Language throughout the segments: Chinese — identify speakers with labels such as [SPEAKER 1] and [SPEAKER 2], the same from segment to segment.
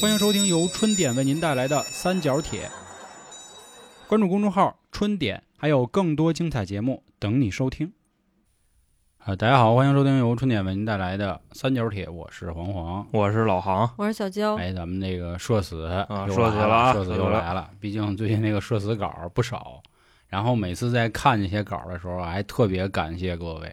[SPEAKER 1] 欢迎收听由春点为您带来的《三角铁》，关注公众号“春点”，还有更多精彩节目等你收听。啊，大家好，欢迎收听由春点为您带来的《三角铁》，我是黄黄。
[SPEAKER 2] 我是老航，
[SPEAKER 3] 我是小娇，
[SPEAKER 1] 哎，咱们那个社死
[SPEAKER 2] 啊
[SPEAKER 1] 又
[SPEAKER 2] 社
[SPEAKER 1] 来
[SPEAKER 2] 死
[SPEAKER 1] 了
[SPEAKER 2] 了
[SPEAKER 1] 啊，
[SPEAKER 2] 啊
[SPEAKER 1] 社死
[SPEAKER 2] 社死
[SPEAKER 1] 又
[SPEAKER 2] 了
[SPEAKER 1] 来了。毕竟最近那个社死稿儿不少，然后每次在看这些稿儿的时候啊，还特别感谢各位。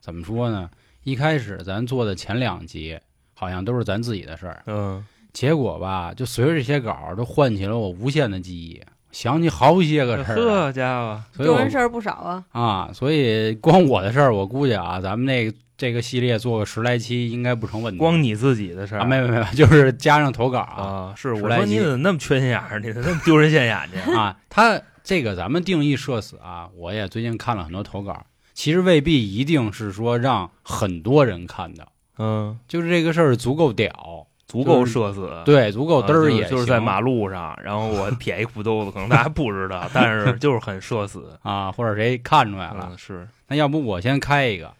[SPEAKER 1] 怎么说呢？一开始咱做的前两集好像都是咱自己的事儿，
[SPEAKER 2] 嗯，
[SPEAKER 1] 结果吧，就随着这些稿儿都唤起了我无限的记忆，想起好些个事儿来，
[SPEAKER 2] 这啊家伙，
[SPEAKER 1] 所以
[SPEAKER 3] 丢
[SPEAKER 1] 我
[SPEAKER 3] 人事儿不少啊。
[SPEAKER 1] 啊，所以光我的事儿，我估计啊，咱们那个这个系列做个十来期应该不成问题。
[SPEAKER 2] 光你自己的事儿
[SPEAKER 1] 啊，没没没， 就是加上投稿啊
[SPEAKER 2] 啊，是我
[SPEAKER 1] 十来
[SPEAKER 2] 说
[SPEAKER 1] 集？
[SPEAKER 2] 你怎么那么缺心眼儿，你怎么那么丢人现眼去
[SPEAKER 1] 啊，他这个咱们定义社死啊，我也最近看了很多投稿，其实未必一定是说让很多人看的，
[SPEAKER 2] 嗯，
[SPEAKER 1] 就是这个事儿足够屌，
[SPEAKER 2] 足够社死，
[SPEAKER 1] 对，足够
[SPEAKER 2] 啊
[SPEAKER 1] 嘚
[SPEAKER 2] 就
[SPEAKER 1] 儿
[SPEAKER 2] 是
[SPEAKER 1] 也、。
[SPEAKER 2] 就是在马路上，然后我撇一裤兜子，可能大家不知 道，但是就是很社死
[SPEAKER 1] 啊，或者谁看出来了，
[SPEAKER 2] 嗯，是，
[SPEAKER 1] 那要不我先开一个。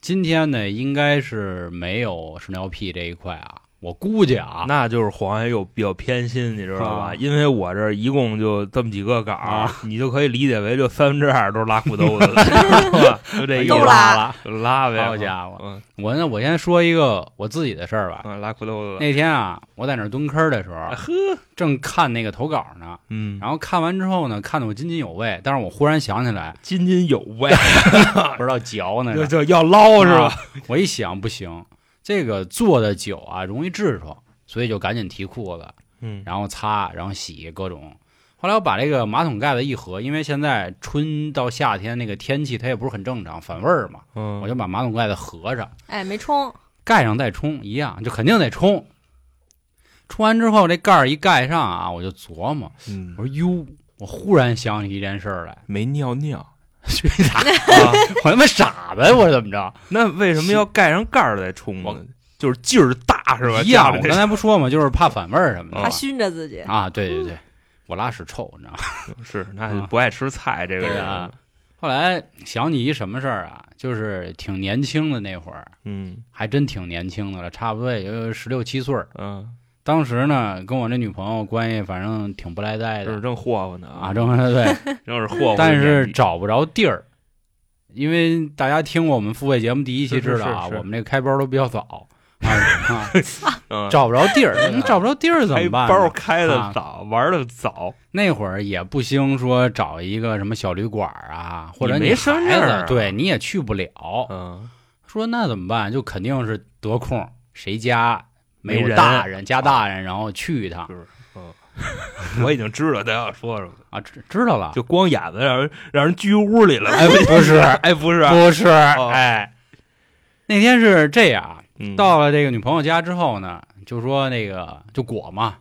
[SPEAKER 1] 今天呢，应该是没有屎尿屁这一块啊，我估计啊，
[SPEAKER 2] 那就是黄爷有比较偏心，你知道吧？
[SPEAKER 1] 啊
[SPEAKER 2] 因为我这儿一共就这么几个稿儿，
[SPEAKER 1] 啊
[SPEAKER 2] 你就可以理解为就三分之二都是拉裤兜子 的，你知道吧就这意思，
[SPEAKER 3] 够
[SPEAKER 1] 拉
[SPEAKER 3] 拉
[SPEAKER 1] 了。
[SPEAKER 2] 就拉呗，
[SPEAKER 1] 好家伙，
[SPEAKER 2] 嗯
[SPEAKER 1] 哎我呢，我先说一个我自己的事儿吧。
[SPEAKER 2] 嗯，拉裤兜子，
[SPEAKER 1] 那天啊，我在那儿蹲坑儿的时候，
[SPEAKER 2] 呵，
[SPEAKER 1] 正看那个投稿呢，
[SPEAKER 2] 嗯，
[SPEAKER 1] 然后看完之后呢，看得我津津有味，但是我忽然想起来，
[SPEAKER 2] 津津有味，
[SPEAKER 1] 不知道嚼呢
[SPEAKER 2] 就， 就要捞啊是吧？
[SPEAKER 1] 啊？我一想不行，这个做的久啊，容易痔疮，所以就赶紧提裤子，
[SPEAKER 2] 嗯，
[SPEAKER 1] 然后擦，然后洗各种。后来我把这个马桶盖子一合，因为现在春到夏天那个天气它也不是很正常，反味儿嘛，
[SPEAKER 2] 嗯，
[SPEAKER 1] 我就把马桶盖子合上，
[SPEAKER 3] 哎，没冲，
[SPEAKER 1] 盖上再冲一样，就肯定得冲。冲完之后这盖儿一盖上啊，我就琢磨，
[SPEAKER 2] 嗯
[SPEAKER 1] 我说哟，我忽然想起一件事儿来，
[SPEAKER 2] 没尿尿
[SPEAKER 1] 去你大爷，
[SPEAKER 2] 啊？
[SPEAKER 1] 我他妈傻呗，我怎么着？
[SPEAKER 2] 那为什么要盖上盖儿再冲呢？就是劲儿大 是吧？
[SPEAKER 1] 一样，我
[SPEAKER 2] 架着
[SPEAKER 1] 刚才不说嘛，就是怕反味儿什么
[SPEAKER 2] 啊
[SPEAKER 3] 他
[SPEAKER 1] 的
[SPEAKER 3] 熏着自己。
[SPEAKER 1] 啊。对对对，我拉屎臭，你知道吗？
[SPEAKER 2] 这是，那就不爱吃菜这个
[SPEAKER 1] 对
[SPEAKER 2] 人
[SPEAKER 1] 啊，后来想起一什么事儿啊，就是挺年轻的那会儿，
[SPEAKER 2] 嗯
[SPEAKER 1] 还真挺年轻的了，差不多也就十六七岁儿。
[SPEAKER 2] 嗯，
[SPEAKER 1] 当时呢，跟我那女朋友关系反正挺不赖带
[SPEAKER 2] 就是
[SPEAKER 1] 的
[SPEAKER 2] 正霍霍呢
[SPEAKER 1] 啊，正对，
[SPEAKER 2] 正是霍霍，
[SPEAKER 1] 但是找不着地儿，因为大家听过我们付费节目第一期
[SPEAKER 2] 是是
[SPEAKER 1] 知道啊，
[SPEAKER 2] 是是
[SPEAKER 1] 我们这开包都比较早 啊啊，
[SPEAKER 2] 嗯
[SPEAKER 1] 找不着地儿，你找不着地儿怎
[SPEAKER 2] 开
[SPEAKER 1] 么办
[SPEAKER 2] 包
[SPEAKER 1] 呢？
[SPEAKER 2] 开的
[SPEAKER 1] 啊
[SPEAKER 2] 早，玩的早，
[SPEAKER 1] 那会儿也不兴说找一个什么小旅馆啊，或者
[SPEAKER 2] 你
[SPEAKER 1] 你
[SPEAKER 2] 没身份
[SPEAKER 1] 孩子
[SPEAKER 2] 证儿啊
[SPEAKER 1] 对你也去不了。
[SPEAKER 2] 嗯
[SPEAKER 1] 说那怎么办？就肯定是得空，谁家没
[SPEAKER 2] 没
[SPEAKER 1] 有
[SPEAKER 2] 人啊
[SPEAKER 1] 大人加大人，然后去一趟
[SPEAKER 2] 就是嗯。 我已经知道他要说什么了，
[SPEAKER 1] 啊，知知道了？
[SPEAKER 2] 就光眼子让人让人拘屋里了。
[SPEAKER 1] 哎，不是，
[SPEAKER 2] 哎， 不是，
[SPEAKER 1] 不是，
[SPEAKER 2] 哦
[SPEAKER 1] 哎，那天是这样，
[SPEAKER 2] 嗯
[SPEAKER 1] 到了这个女朋友家之后呢，就说那个就裹嘛，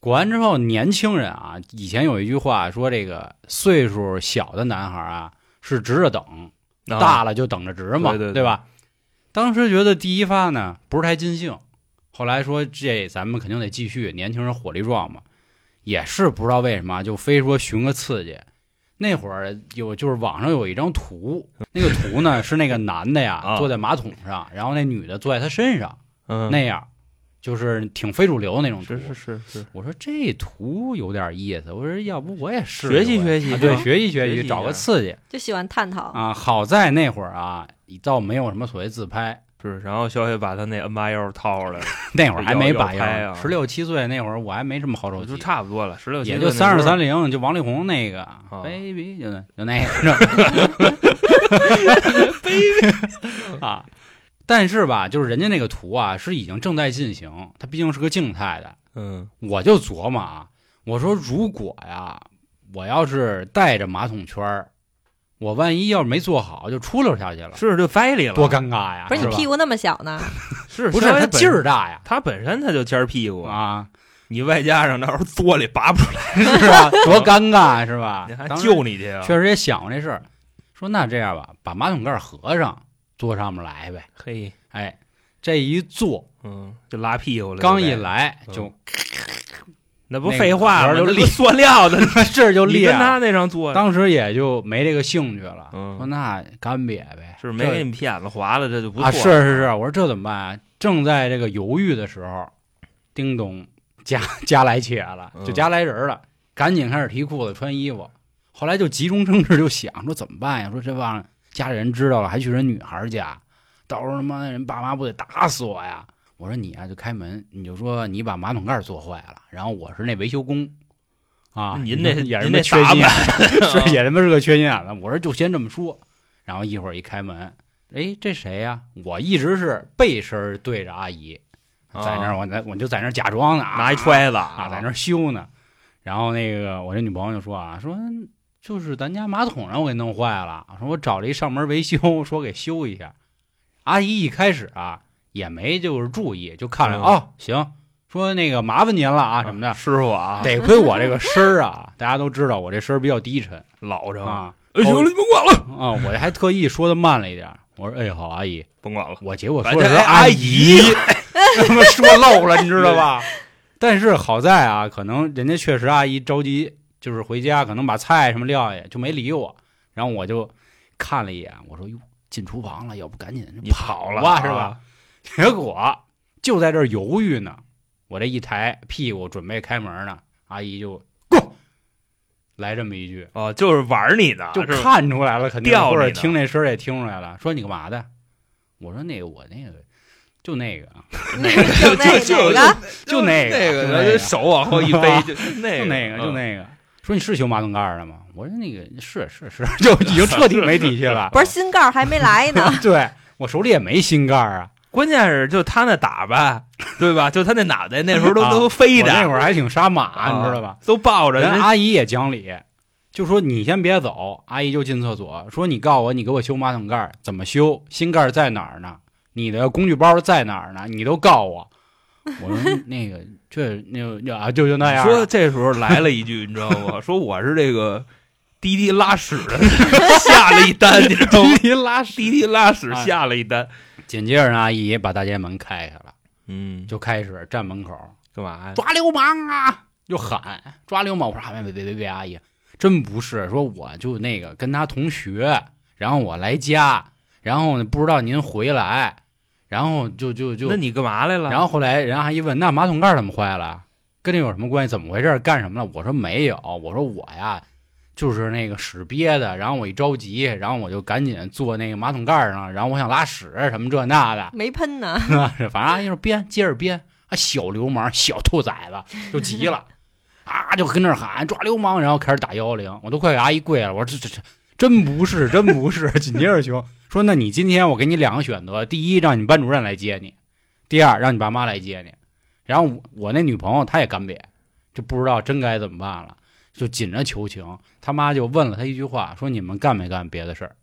[SPEAKER 1] 裹完之后，年轻人啊，以前有一句话说，这个岁数小的男孩啊是直着等，
[SPEAKER 2] 啊
[SPEAKER 1] 大了就等着值嘛，
[SPEAKER 2] 对对对
[SPEAKER 1] 吧？当时觉得第一发呢不是太尽兴，后来说这咱们肯定得继续，年轻人火力壮嘛，也是不知道为什么就非说寻个刺激。那会儿有就是网上有一张 图，那个图呢是那个男的呀
[SPEAKER 2] 啊
[SPEAKER 1] 坐在马桶上，然后那女的坐在他身上，
[SPEAKER 2] 嗯
[SPEAKER 1] 那样就是挺非主流的那种图
[SPEAKER 2] 是。是是是，
[SPEAKER 1] 我说这图有点意思，我说要不我也试
[SPEAKER 2] 学习
[SPEAKER 1] 试吧
[SPEAKER 2] 学习
[SPEAKER 1] 啊对，
[SPEAKER 2] 啊
[SPEAKER 1] 学习学
[SPEAKER 2] 学习
[SPEAKER 1] 习，
[SPEAKER 2] 一
[SPEAKER 1] 找个
[SPEAKER 2] 下
[SPEAKER 1] 刺激。
[SPEAKER 3] 就喜欢探讨。
[SPEAKER 1] 啊，好在那会儿啊，倒没有什么所谓自拍，
[SPEAKER 2] 是，然后小雪把他那 N 八幺掏出来了，
[SPEAKER 1] 那会儿还没把
[SPEAKER 2] 要拍
[SPEAKER 1] 腰，
[SPEAKER 2] 啊
[SPEAKER 1] 十六七岁那会儿我还没这么好手
[SPEAKER 2] 就
[SPEAKER 1] 机，
[SPEAKER 2] 差不多了，十六
[SPEAKER 1] 也就三十三零，就王力宏那个、
[SPEAKER 2] 啊
[SPEAKER 1] baby 就那就那 个 baby 啊。但是吧，就是人家那个图啊，是已经正在进行，它毕竟是个静态的。
[SPEAKER 2] 嗯
[SPEAKER 1] 我就琢磨啊，我说如果呀，我要是带着马桶圈儿，我万一要是没做好，就出溜下去了，
[SPEAKER 2] 是就栽里了，
[SPEAKER 1] 多尴尬呀！
[SPEAKER 3] 不是你
[SPEAKER 1] 吧
[SPEAKER 3] 屁股那么小 呢？
[SPEAKER 2] 是
[SPEAKER 1] 不是
[SPEAKER 2] 小
[SPEAKER 1] 他
[SPEAKER 2] 雪本
[SPEAKER 1] 劲儿，大呀
[SPEAKER 2] 他本身他就尖儿屁股，
[SPEAKER 1] 啊，
[SPEAKER 2] 你外加上到时候坐里拔不出来，
[SPEAKER 1] 是吧？多尴尬啊是吧
[SPEAKER 2] 你还？
[SPEAKER 1] 当时
[SPEAKER 2] 救你去啊？
[SPEAKER 1] 确实也想过这事儿，说那这样吧，把马桶盖儿合上，坐上面来呗。
[SPEAKER 2] 嘿，
[SPEAKER 1] 哎，这一坐，
[SPEAKER 2] 嗯，就拉屁股了，
[SPEAKER 1] 刚一
[SPEAKER 2] 对不对，
[SPEAKER 1] 来
[SPEAKER 2] 嗯
[SPEAKER 1] 就
[SPEAKER 2] 那不废话吗？
[SPEAKER 1] 那个壳儿就
[SPEAKER 2] 那不
[SPEAKER 1] 裂
[SPEAKER 2] 塑料 的，
[SPEAKER 1] 这儿就
[SPEAKER 2] 你
[SPEAKER 1] 裂
[SPEAKER 2] 跟他
[SPEAKER 1] 了，
[SPEAKER 2] 那张坐
[SPEAKER 1] 嗯啊
[SPEAKER 2] 着，
[SPEAKER 1] 当时也就没这个兴趣了。
[SPEAKER 2] 嗯
[SPEAKER 1] 说那干瘪呗，
[SPEAKER 2] 是没
[SPEAKER 1] 这
[SPEAKER 2] 给你骗子划了，这就不错
[SPEAKER 1] 啊啊，是是是，我说这怎么办啊？正在这个犹豫的时候，叮咚， 家家来且了，就
[SPEAKER 2] 嗯
[SPEAKER 1] 家来人了，赶紧开始提裤子穿衣服。后来就急中生智，就想说怎么办呀？说这帮家里人知道了，还去人女孩家，到时候他妈的人爸妈不得打死我呀？我说你啊，就开门，你就说你把马桶盖做坏了，然后我是那维修工啊，
[SPEAKER 2] 您这
[SPEAKER 1] 也是
[SPEAKER 2] 您
[SPEAKER 1] 那
[SPEAKER 2] 这
[SPEAKER 1] 缺心
[SPEAKER 2] 打
[SPEAKER 1] 眼，
[SPEAKER 2] 嗯啊
[SPEAKER 1] 是 也他妈是个缺心眼子。我说就先这么说，然后一会儿一开门，哎，这谁呀、我一直是背身儿对着阿姨，在那儿，我在我就在那儿假装呢，啊
[SPEAKER 2] 哦拿一揣子啊
[SPEAKER 1] 啊，在那儿修呢。然后那个我这女朋友就说啊，说就是咱家马桶让我给弄坏了，说我找了一上门维修，说给修一下。阿姨一开始啊也没就是注意，就看着、
[SPEAKER 2] 嗯
[SPEAKER 1] 哦行，说那个麻烦您了啊什么的。
[SPEAKER 2] 师傅啊，
[SPEAKER 1] 得亏我这个声儿啊，大家都知道我这声儿比较低沉
[SPEAKER 2] 老成，
[SPEAKER 1] 啊
[SPEAKER 2] 哎行了，你甭管了，
[SPEAKER 1] 啊，我还特意说的慢了一点儿。我说哎好阿姨，
[SPEAKER 2] 甭管了，
[SPEAKER 1] 我结果
[SPEAKER 2] 反
[SPEAKER 1] 说的
[SPEAKER 2] 正
[SPEAKER 1] 是
[SPEAKER 2] 哎阿
[SPEAKER 1] 姨， 他妈说漏了，你知道吧？但是好在啊，可能人家确实阿姨着急，就是回家可能把菜什么撂下，就没理我。然后我就看了一眼，我说哟，进厨房了，要不赶紧
[SPEAKER 2] 你
[SPEAKER 1] 跑
[SPEAKER 2] 跑了
[SPEAKER 1] 吧，
[SPEAKER 2] 啊
[SPEAKER 1] 是吧？结果就在这儿犹豫呢，我这一抬屁股准备开门呢，阿姨就过来这么一句，
[SPEAKER 2] 啊，就是玩你的，
[SPEAKER 1] 就是
[SPEAKER 2] 吧
[SPEAKER 1] 看出来了，肯定
[SPEAKER 2] 吊
[SPEAKER 1] 或者
[SPEAKER 2] 你呢
[SPEAKER 1] 听那声儿也听出来了，说你干嘛的？我说那个我那个就那个啊，
[SPEAKER 3] 就那
[SPEAKER 2] 就
[SPEAKER 3] 哪个？
[SPEAKER 1] 就那个
[SPEAKER 2] 那
[SPEAKER 1] 就那个
[SPEAKER 2] 个，手往后一
[SPEAKER 1] 啊
[SPEAKER 2] 背，就那
[SPEAKER 1] 就那个
[SPEAKER 2] 个，嗯
[SPEAKER 1] 就 那个。说你是修马桶盖儿的吗？我说那个是是 是，就已经彻底没底气 了。
[SPEAKER 3] 不是新盖儿还没来呢，
[SPEAKER 1] 对我手里也没新盖儿啊，
[SPEAKER 2] 关键是就他那打扮，对吧？就他那脑袋那时 候都
[SPEAKER 1] 啊
[SPEAKER 2] 都飞
[SPEAKER 1] 我
[SPEAKER 2] 着，
[SPEAKER 1] 那会儿还挺杀马，
[SPEAKER 2] 啊
[SPEAKER 1] 你知道吧？？
[SPEAKER 2] 都抱着
[SPEAKER 1] 人
[SPEAKER 2] 人
[SPEAKER 1] 阿姨也讲理，就说你先别走，阿姨就进厕所说你告诉我你给我修马桶盖儿怎么修，新盖儿在哪儿呢？你的工具包在哪儿呢？你都告我。我说那个这那个啊就就那样了。
[SPEAKER 2] 说这时候来了一句，你知道吗？ 说我是这个滴滴拉屎的，下了一单，你知道吗？
[SPEAKER 1] 滴拉
[SPEAKER 2] 滴滴拉屎
[SPEAKER 1] 哎
[SPEAKER 2] 下了一单，
[SPEAKER 1] 紧接着呢，阿姨把大街门开开了，
[SPEAKER 2] 嗯，
[SPEAKER 1] 就开始站门口
[SPEAKER 2] 干嘛呀？
[SPEAKER 1] 抓流氓啊，就喊抓流氓。我说啊别别别别，阿姨，真不是，说我就那个跟他同学，然后我来家，然后呢不知道您回来，然后就就就
[SPEAKER 2] 那，你干嘛来了？
[SPEAKER 1] 然后后来人阿姨问那马桶盖怎么坏了，跟这有什么关系？怎么回事？干什么了？我说没有，我说我呀。就是那个屎憋的，然后我一着急，然后我就赶紧坐那个马桶盖上，然后我想拉屎什么这那的，
[SPEAKER 3] 没喷呢，
[SPEAKER 1] 是反正阿姨说编，接着编啊，小流氓，小兔崽子，就急了，啊，就跟那儿喊抓流氓，然后开始打幺幺零，我都快给阿姨跪了，我说这这这真不是，真不是，紧接着熊说，那你今天我给你两个选择，第一让你班主任来接你，第二让你爸妈来接你，然后我我那女朋友她也干瘪，就不知道真该怎么办了，就紧着求情，他妈就问了她一句话，说你们干没干别的事儿，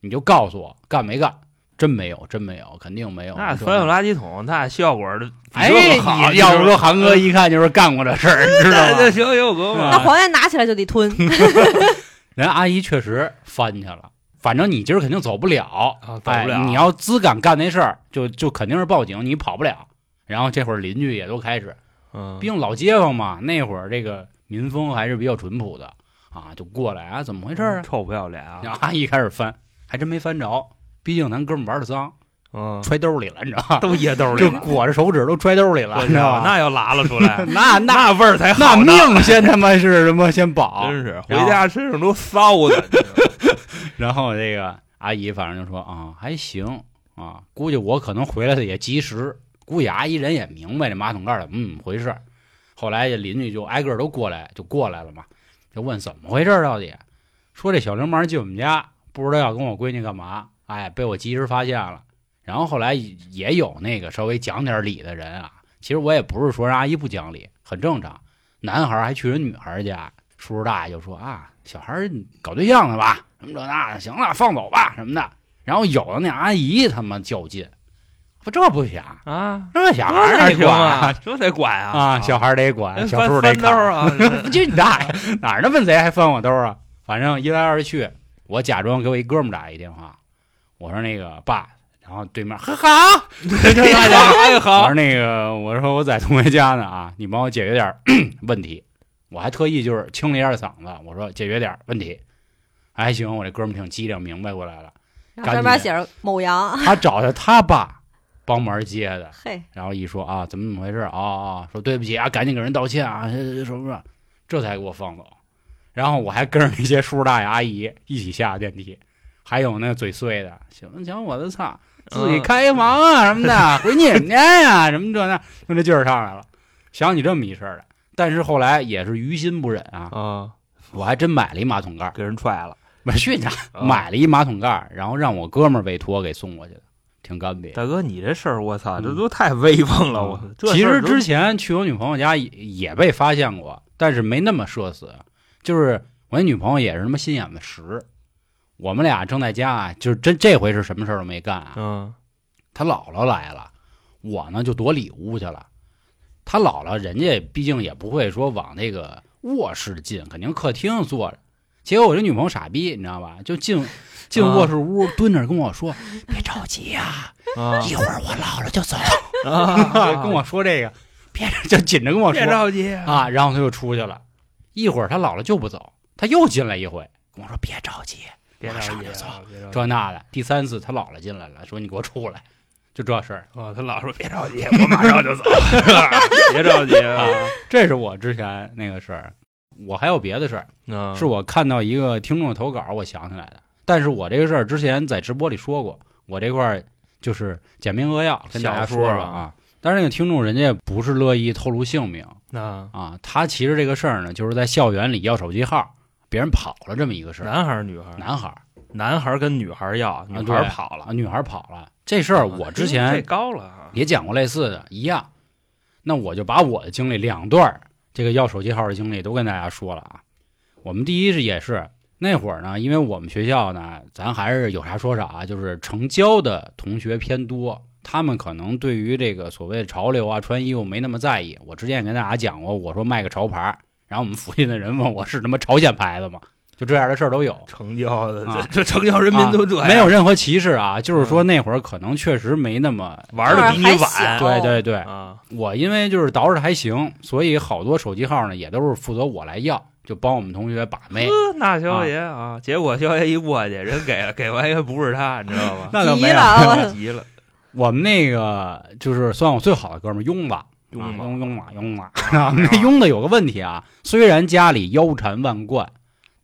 [SPEAKER 1] 你就告诉我干没干。真没有，真没有，肯定没有。
[SPEAKER 2] 那
[SPEAKER 1] 这
[SPEAKER 2] 翻翻垃圾桶，那效果都
[SPEAKER 1] 哎，
[SPEAKER 2] 比这个好呃
[SPEAKER 1] 你要不说韩哥一看就是干过这事儿，你知 道
[SPEAKER 2] 那
[SPEAKER 1] 吗？
[SPEAKER 2] 行有哥
[SPEAKER 1] 啊
[SPEAKER 2] 嘛
[SPEAKER 3] 那黄源拿起来就 得吞，
[SPEAKER 1] 人阿姨确实翻去了，反正你今儿肯定走不了，
[SPEAKER 2] 啊，
[SPEAKER 1] 哎你要只敢干那事儿，就就肯定是报警，你跑不了。然后这会儿邻居也都开始，
[SPEAKER 2] 嗯
[SPEAKER 1] 毕竟老街坊嘛，那会儿这个民风还是比较淳朴的啊，就过来啊，怎么回事儿啊？
[SPEAKER 2] 臭不要脸啊
[SPEAKER 1] 然！后阿姨开始翻，还真没翻着，毕竟咱哥们玩的脏，
[SPEAKER 2] 嗯，
[SPEAKER 1] 揣兜里了，你知道吗？
[SPEAKER 2] 都掖兜里
[SPEAKER 1] 就
[SPEAKER 2] 了，
[SPEAKER 1] 裹着手指都揣兜里了，
[SPEAKER 2] 我
[SPEAKER 1] 你知道
[SPEAKER 2] 操，
[SPEAKER 1] 吗？，
[SPEAKER 2] 那要拉了出来
[SPEAKER 1] 那那
[SPEAKER 2] 那味儿才
[SPEAKER 1] 那
[SPEAKER 2] 好呢。
[SPEAKER 1] 命先他妈是什么先保，
[SPEAKER 2] 真是回
[SPEAKER 1] 然后
[SPEAKER 2] 家身上都骚的，
[SPEAKER 1] 然后这个阿姨反正就说啊，还行啊，估计我可能回来的也及时，估计阿姨人也明白这马桶盖儿怎么怎么回事儿。后来这邻居就挨个儿都过来，就过来了嘛，就问怎么回事儿到底，说这小流氓进我们家，不知道要跟我闺女干嘛，哎，被我及时发现了。然后后来也有那个稍微讲点理的人啊，其实我也不是说让阿姨不讲理，很正常。男孩儿还去人女孩儿家，叔叔大爷就说啊，小孩儿搞对象呢吧，什么这那的，行了，放走吧什么的。然后有的那阿姨他妈较劲，说这不行，
[SPEAKER 2] 啊，
[SPEAKER 1] 这小孩 儿
[SPEAKER 2] 那
[SPEAKER 1] 得
[SPEAKER 2] 行
[SPEAKER 1] 管
[SPEAKER 2] 啊，这得管啊
[SPEAKER 1] 啊，小孩儿得管，
[SPEAKER 2] 翻
[SPEAKER 1] 小叔得
[SPEAKER 2] 翻兜
[SPEAKER 1] 看。
[SPEAKER 2] 儿 啊，
[SPEAKER 1] 不去你大爷，哪儿那么贼还翻我兜儿啊？反正一来二去，我假装给我一哥们儿打一电话，我说那个爸，然后对面哈哈， 这这大家
[SPEAKER 2] 哎
[SPEAKER 1] 我
[SPEAKER 2] 好
[SPEAKER 1] 说，那个，我说我在同学家呢啊，你帮我解决点儿 问题。我还特意就是清了一下嗓子，我说解决点儿问题。还行，我这哥们儿挺机灵，明白过来了。
[SPEAKER 3] 然后上面写着某羊，
[SPEAKER 1] 他找的他爸，帮忙接的，
[SPEAKER 3] 嘿，
[SPEAKER 1] 然后一说啊怎么怎么回事啊啊，说对不起啊，赶紧给人道歉啊，什么什么，这才给我放走。然后我还跟着那些叔叔大爷阿姨一起下电梯，还有那嘴碎的，行行，我的操，自
[SPEAKER 2] 嗯
[SPEAKER 1] 己开房啊什么的，回你们家呀什么这那，就那劲儿上来了。想起这么一事儿来，但是后来也是于心不忍啊，
[SPEAKER 2] 啊，
[SPEAKER 1] 我还真买了一马桶盖儿，
[SPEAKER 2] 给人踹了。
[SPEAKER 1] 我去你妈
[SPEAKER 2] 啊
[SPEAKER 1] 买了一马桶盖儿，然后让我哥们儿委托给送过去的，挺干瘪。
[SPEAKER 2] 大哥，你这事儿我操，
[SPEAKER 1] 嗯
[SPEAKER 2] 这都太威风了！
[SPEAKER 1] 嗯
[SPEAKER 2] 我这
[SPEAKER 1] 其实
[SPEAKER 2] 事儿
[SPEAKER 1] 之前去我女朋友家也也被发现过，但是没那么社死。就是我那女朋友也是他妈心眼子实，我们俩正在家啊，就是真这回是什么事儿都没干啊
[SPEAKER 2] 都， 嗯
[SPEAKER 1] 他姥姥来了，我呢就躲里屋去了。他姥姥人家毕竟也不会说往那个卧室进，肯定客厅坐着。结果我这女朋友傻逼，你知道吧？就进 进
[SPEAKER 2] 啊
[SPEAKER 1] 卧室屋蹲那儿跟我说：“别着急呀、
[SPEAKER 2] 啊
[SPEAKER 1] 一会儿我姥姥就 走。
[SPEAKER 2] 啊，
[SPEAKER 1] 跟我说这个，别就紧着跟我说
[SPEAKER 2] 别着急啊，
[SPEAKER 1] 啊。然后他就出去了，一会儿他姥姥就不走，他又进来一回，跟我说：“别着急，
[SPEAKER 2] 别着急
[SPEAKER 1] 马上就
[SPEAKER 2] 啊，别着急。
[SPEAKER 1] 这那的。”第三次他姥姥进来了，说：“你给我出来。”就这事儿。
[SPEAKER 2] 啊，他老说别着 急，我马上就走，别着急啊。
[SPEAKER 1] 这是我之前那个事儿，我还有别的事儿，
[SPEAKER 2] 嗯
[SPEAKER 1] 是我看到一个听众的投稿，我想起来的。但是我这个事儿之前在直播里说过，我这块儿就是简明扼要跟大家说
[SPEAKER 2] 小
[SPEAKER 1] 说
[SPEAKER 2] 说
[SPEAKER 1] 啊
[SPEAKER 2] 啊。
[SPEAKER 1] 但是那个听众人家也不是乐意透露姓名
[SPEAKER 2] 那
[SPEAKER 1] 啊，他其实这个事儿呢，就是在校园里要手机号，别人跑了这么一个事儿，
[SPEAKER 2] 男孩儿女孩儿？
[SPEAKER 1] 男孩儿
[SPEAKER 2] 男孩儿跟女孩儿要，女孩儿
[SPEAKER 1] 对
[SPEAKER 2] 跑了
[SPEAKER 1] 啊，。女孩儿跑了这事儿，我之前
[SPEAKER 2] 啊这高了啊，
[SPEAKER 1] 也讲过类似的，一样。那我就把我的经历两段儿这个要手机号的经历都跟大家说了啊。我们第一是也是那会儿呢，因为我们学校呢，咱还是有啥说啥啊，就是成交的同学偏多，他们可能对于这个所谓的潮流啊、穿衣服没那么在意。我之前也跟大家讲过，我说卖个潮牌儿，然后我们附近的人问我是他妈朝鲜牌子吗？就这样的事儿都有。
[SPEAKER 2] 成交的，
[SPEAKER 1] 啊
[SPEAKER 2] 这这成交人民都这样，嗯
[SPEAKER 1] 啊没有任何歧视啊，就是说那会儿可能确实没那么，
[SPEAKER 2] 玩的比你
[SPEAKER 3] 还
[SPEAKER 2] 晚
[SPEAKER 3] 小
[SPEAKER 1] 对对对，
[SPEAKER 2] 啊，
[SPEAKER 1] 我因为就是捯饬得还行，所以好多手机号呢也都是负责我来要，就帮我们同学把妹。
[SPEAKER 2] 呵那肖爷啊，结果肖爷一过去，人给了，给完一个不是他，你知道 吗？
[SPEAKER 1] 那倒没
[SPEAKER 3] 急
[SPEAKER 1] 有
[SPEAKER 3] 了，啊
[SPEAKER 2] 那
[SPEAKER 3] 我
[SPEAKER 2] 急了，
[SPEAKER 1] 我们那个就是算我最好的哥们儿庸子，
[SPEAKER 2] 庸子
[SPEAKER 1] 庸庸子庸子，啊 那庸子有个问题啊，虽然家里腰缠万贯，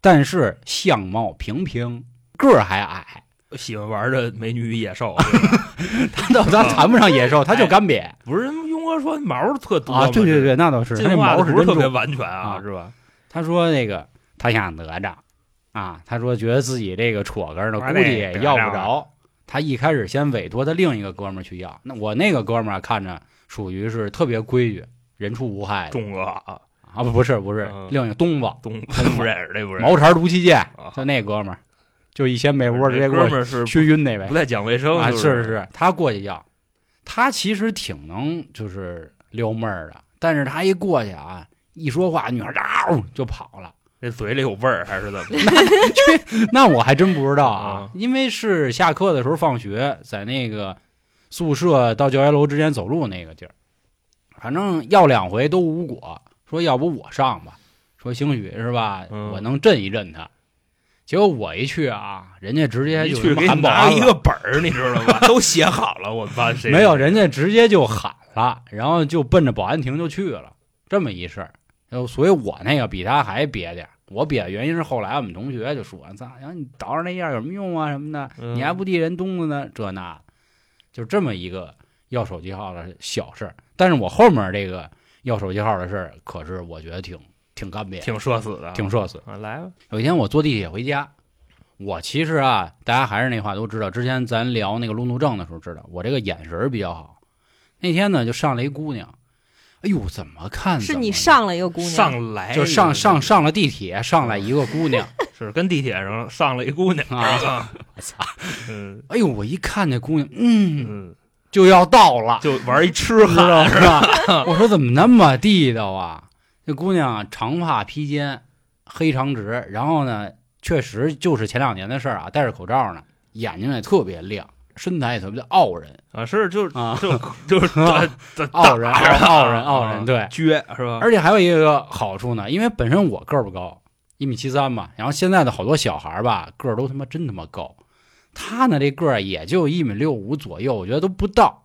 [SPEAKER 1] 但是相貌平平，个儿还矮，
[SPEAKER 2] 喜欢玩的美女与野兽，啊
[SPEAKER 1] 他倒他谈不上野兽，他就干瘪
[SPEAKER 2] 不是人庸哥说毛儿特多
[SPEAKER 1] 啊。
[SPEAKER 2] 哎吗
[SPEAKER 1] 对对，对，那倒是，
[SPEAKER 2] 是
[SPEAKER 1] 他那
[SPEAKER 2] 进化
[SPEAKER 1] 毛
[SPEAKER 2] 的
[SPEAKER 1] 是
[SPEAKER 2] 不是
[SPEAKER 1] 真
[SPEAKER 2] 特别
[SPEAKER 1] 重。
[SPEAKER 2] 完全啊
[SPEAKER 1] 啊，
[SPEAKER 2] 是吧？
[SPEAKER 1] 他说那个他想哪吒啊，他说觉得自己这个戳根呢，
[SPEAKER 2] 玩
[SPEAKER 1] 估计
[SPEAKER 2] 那
[SPEAKER 1] 也
[SPEAKER 2] 哪吒
[SPEAKER 1] 要不
[SPEAKER 2] 吧
[SPEAKER 1] 着。他一开始先委托他另一个哥们儿去要，那我那个哥们儿啊看着属于是特别规矩、人畜无害的
[SPEAKER 2] 中哥啊，
[SPEAKER 1] 啊，不不是不是，
[SPEAKER 2] 嗯
[SPEAKER 1] 另一个东子
[SPEAKER 2] 东 不认识这不认识，
[SPEAKER 1] 毛茬毒气剑，就那哥们儿，就一掀被窝直接
[SPEAKER 2] 这
[SPEAKER 1] 给
[SPEAKER 2] 哥
[SPEAKER 1] 我
[SPEAKER 2] 们儿是
[SPEAKER 1] 熏晕那位
[SPEAKER 2] 不太讲卫生，
[SPEAKER 1] 啊，
[SPEAKER 2] 就是
[SPEAKER 1] 是，他过去要，他其实挺能就是撩妹儿的，但是他一过去啊，一说话，女孩儿嗷就跑了。
[SPEAKER 2] 这嘴里有味儿还是怎么着？
[SPEAKER 1] 那我还真不知道啊
[SPEAKER 2] 啊，
[SPEAKER 1] 因为是下课的时候放学，在那个宿舍到教学楼之间走路那个地儿，反正要两回都无果，说要不我上吧，说兴许是吧，
[SPEAKER 2] 嗯
[SPEAKER 1] 我能震一震他。结果我一去啊，人家直接
[SPEAKER 2] 一
[SPEAKER 1] 就
[SPEAKER 2] 去
[SPEAKER 1] 他
[SPEAKER 2] 给
[SPEAKER 1] 妈
[SPEAKER 2] 你
[SPEAKER 1] 喊保
[SPEAKER 2] 拿
[SPEAKER 1] 安
[SPEAKER 2] 一
[SPEAKER 1] 了
[SPEAKER 2] 个 本儿，你知道吗？ 都写好了，我们班谁
[SPEAKER 1] 啊没有，人家直接就喊了，然后就奔着保安亭就去了，这么一事儿。然后所以我那个比他还憋点儿，我憋的原因是后来我们同学就说：“操，然后你倒着那样有什么用啊什么的，
[SPEAKER 2] 嗯
[SPEAKER 1] 你还不递人东子呢？这那，就这么一个要手机号的小事儿。但是我后面这个要手机号的事儿，可是我觉得挺挺干瘪，
[SPEAKER 2] 挺社死的，
[SPEAKER 1] 挺社死。
[SPEAKER 2] 啊，来吧，
[SPEAKER 1] 有一天我坐地铁回家，我其实啊，大家还是那话都知道，之前咱聊那个路怒症的时候知道，我这个眼神儿比较好。那天呢，就上来一姑娘，哎呦，怎么看
[SPEAKER 3] 是
[SPEAKER 1] 怎 么
[SPEAKER 3] 你上了一个姑娘，
[SPEAKER 2] 上来
[SPEAKER 1] 就上上上了地铁，上来一个姑娘，
[SPEAKER 2] 是跟地铁上上了一姑娘
[SPEAKER 1] 啊， 我操！
[SPEAKER 2] 嗯
[SPEAKER 1] 哎呦，我一看那姑娘，嗯，
[SPEAKER 2] 嗯，
[SPEAKER 1] 就要到了，
[SPEAKER 2] 就玩一痴
[SPEAKER 1] 知
[SPEAKER 2] 汉，
[SPEAKER 1] 道是吧？ 我说怎么那么地道啊？这姑娘长发披肩，黑长直，然后呢，确实就是前两年的事儿啊，戴着口罩呢，眼睛也特别亮，身材也特别的傲人
[SPEAKER 2] 啊，是就
[SPEAKER 1] 啊，
[SPEAKER 2] 就就 是
[SPEAKER 1] 啊
[SPEAKER 2] 这
[SPEAKER 1] 傲 人，傲人，傲人，对。
[SPEAKER 2] 啊撅是吧？
[SPEAKER 1] 而且还有一个好处呢，因为本身我个儿不高，一米七三嘛，然后现在的好多小孩儿吧，个儿都啊他妈真他妈高，他呢这个儿也就一米六五左右，我觉得都不到。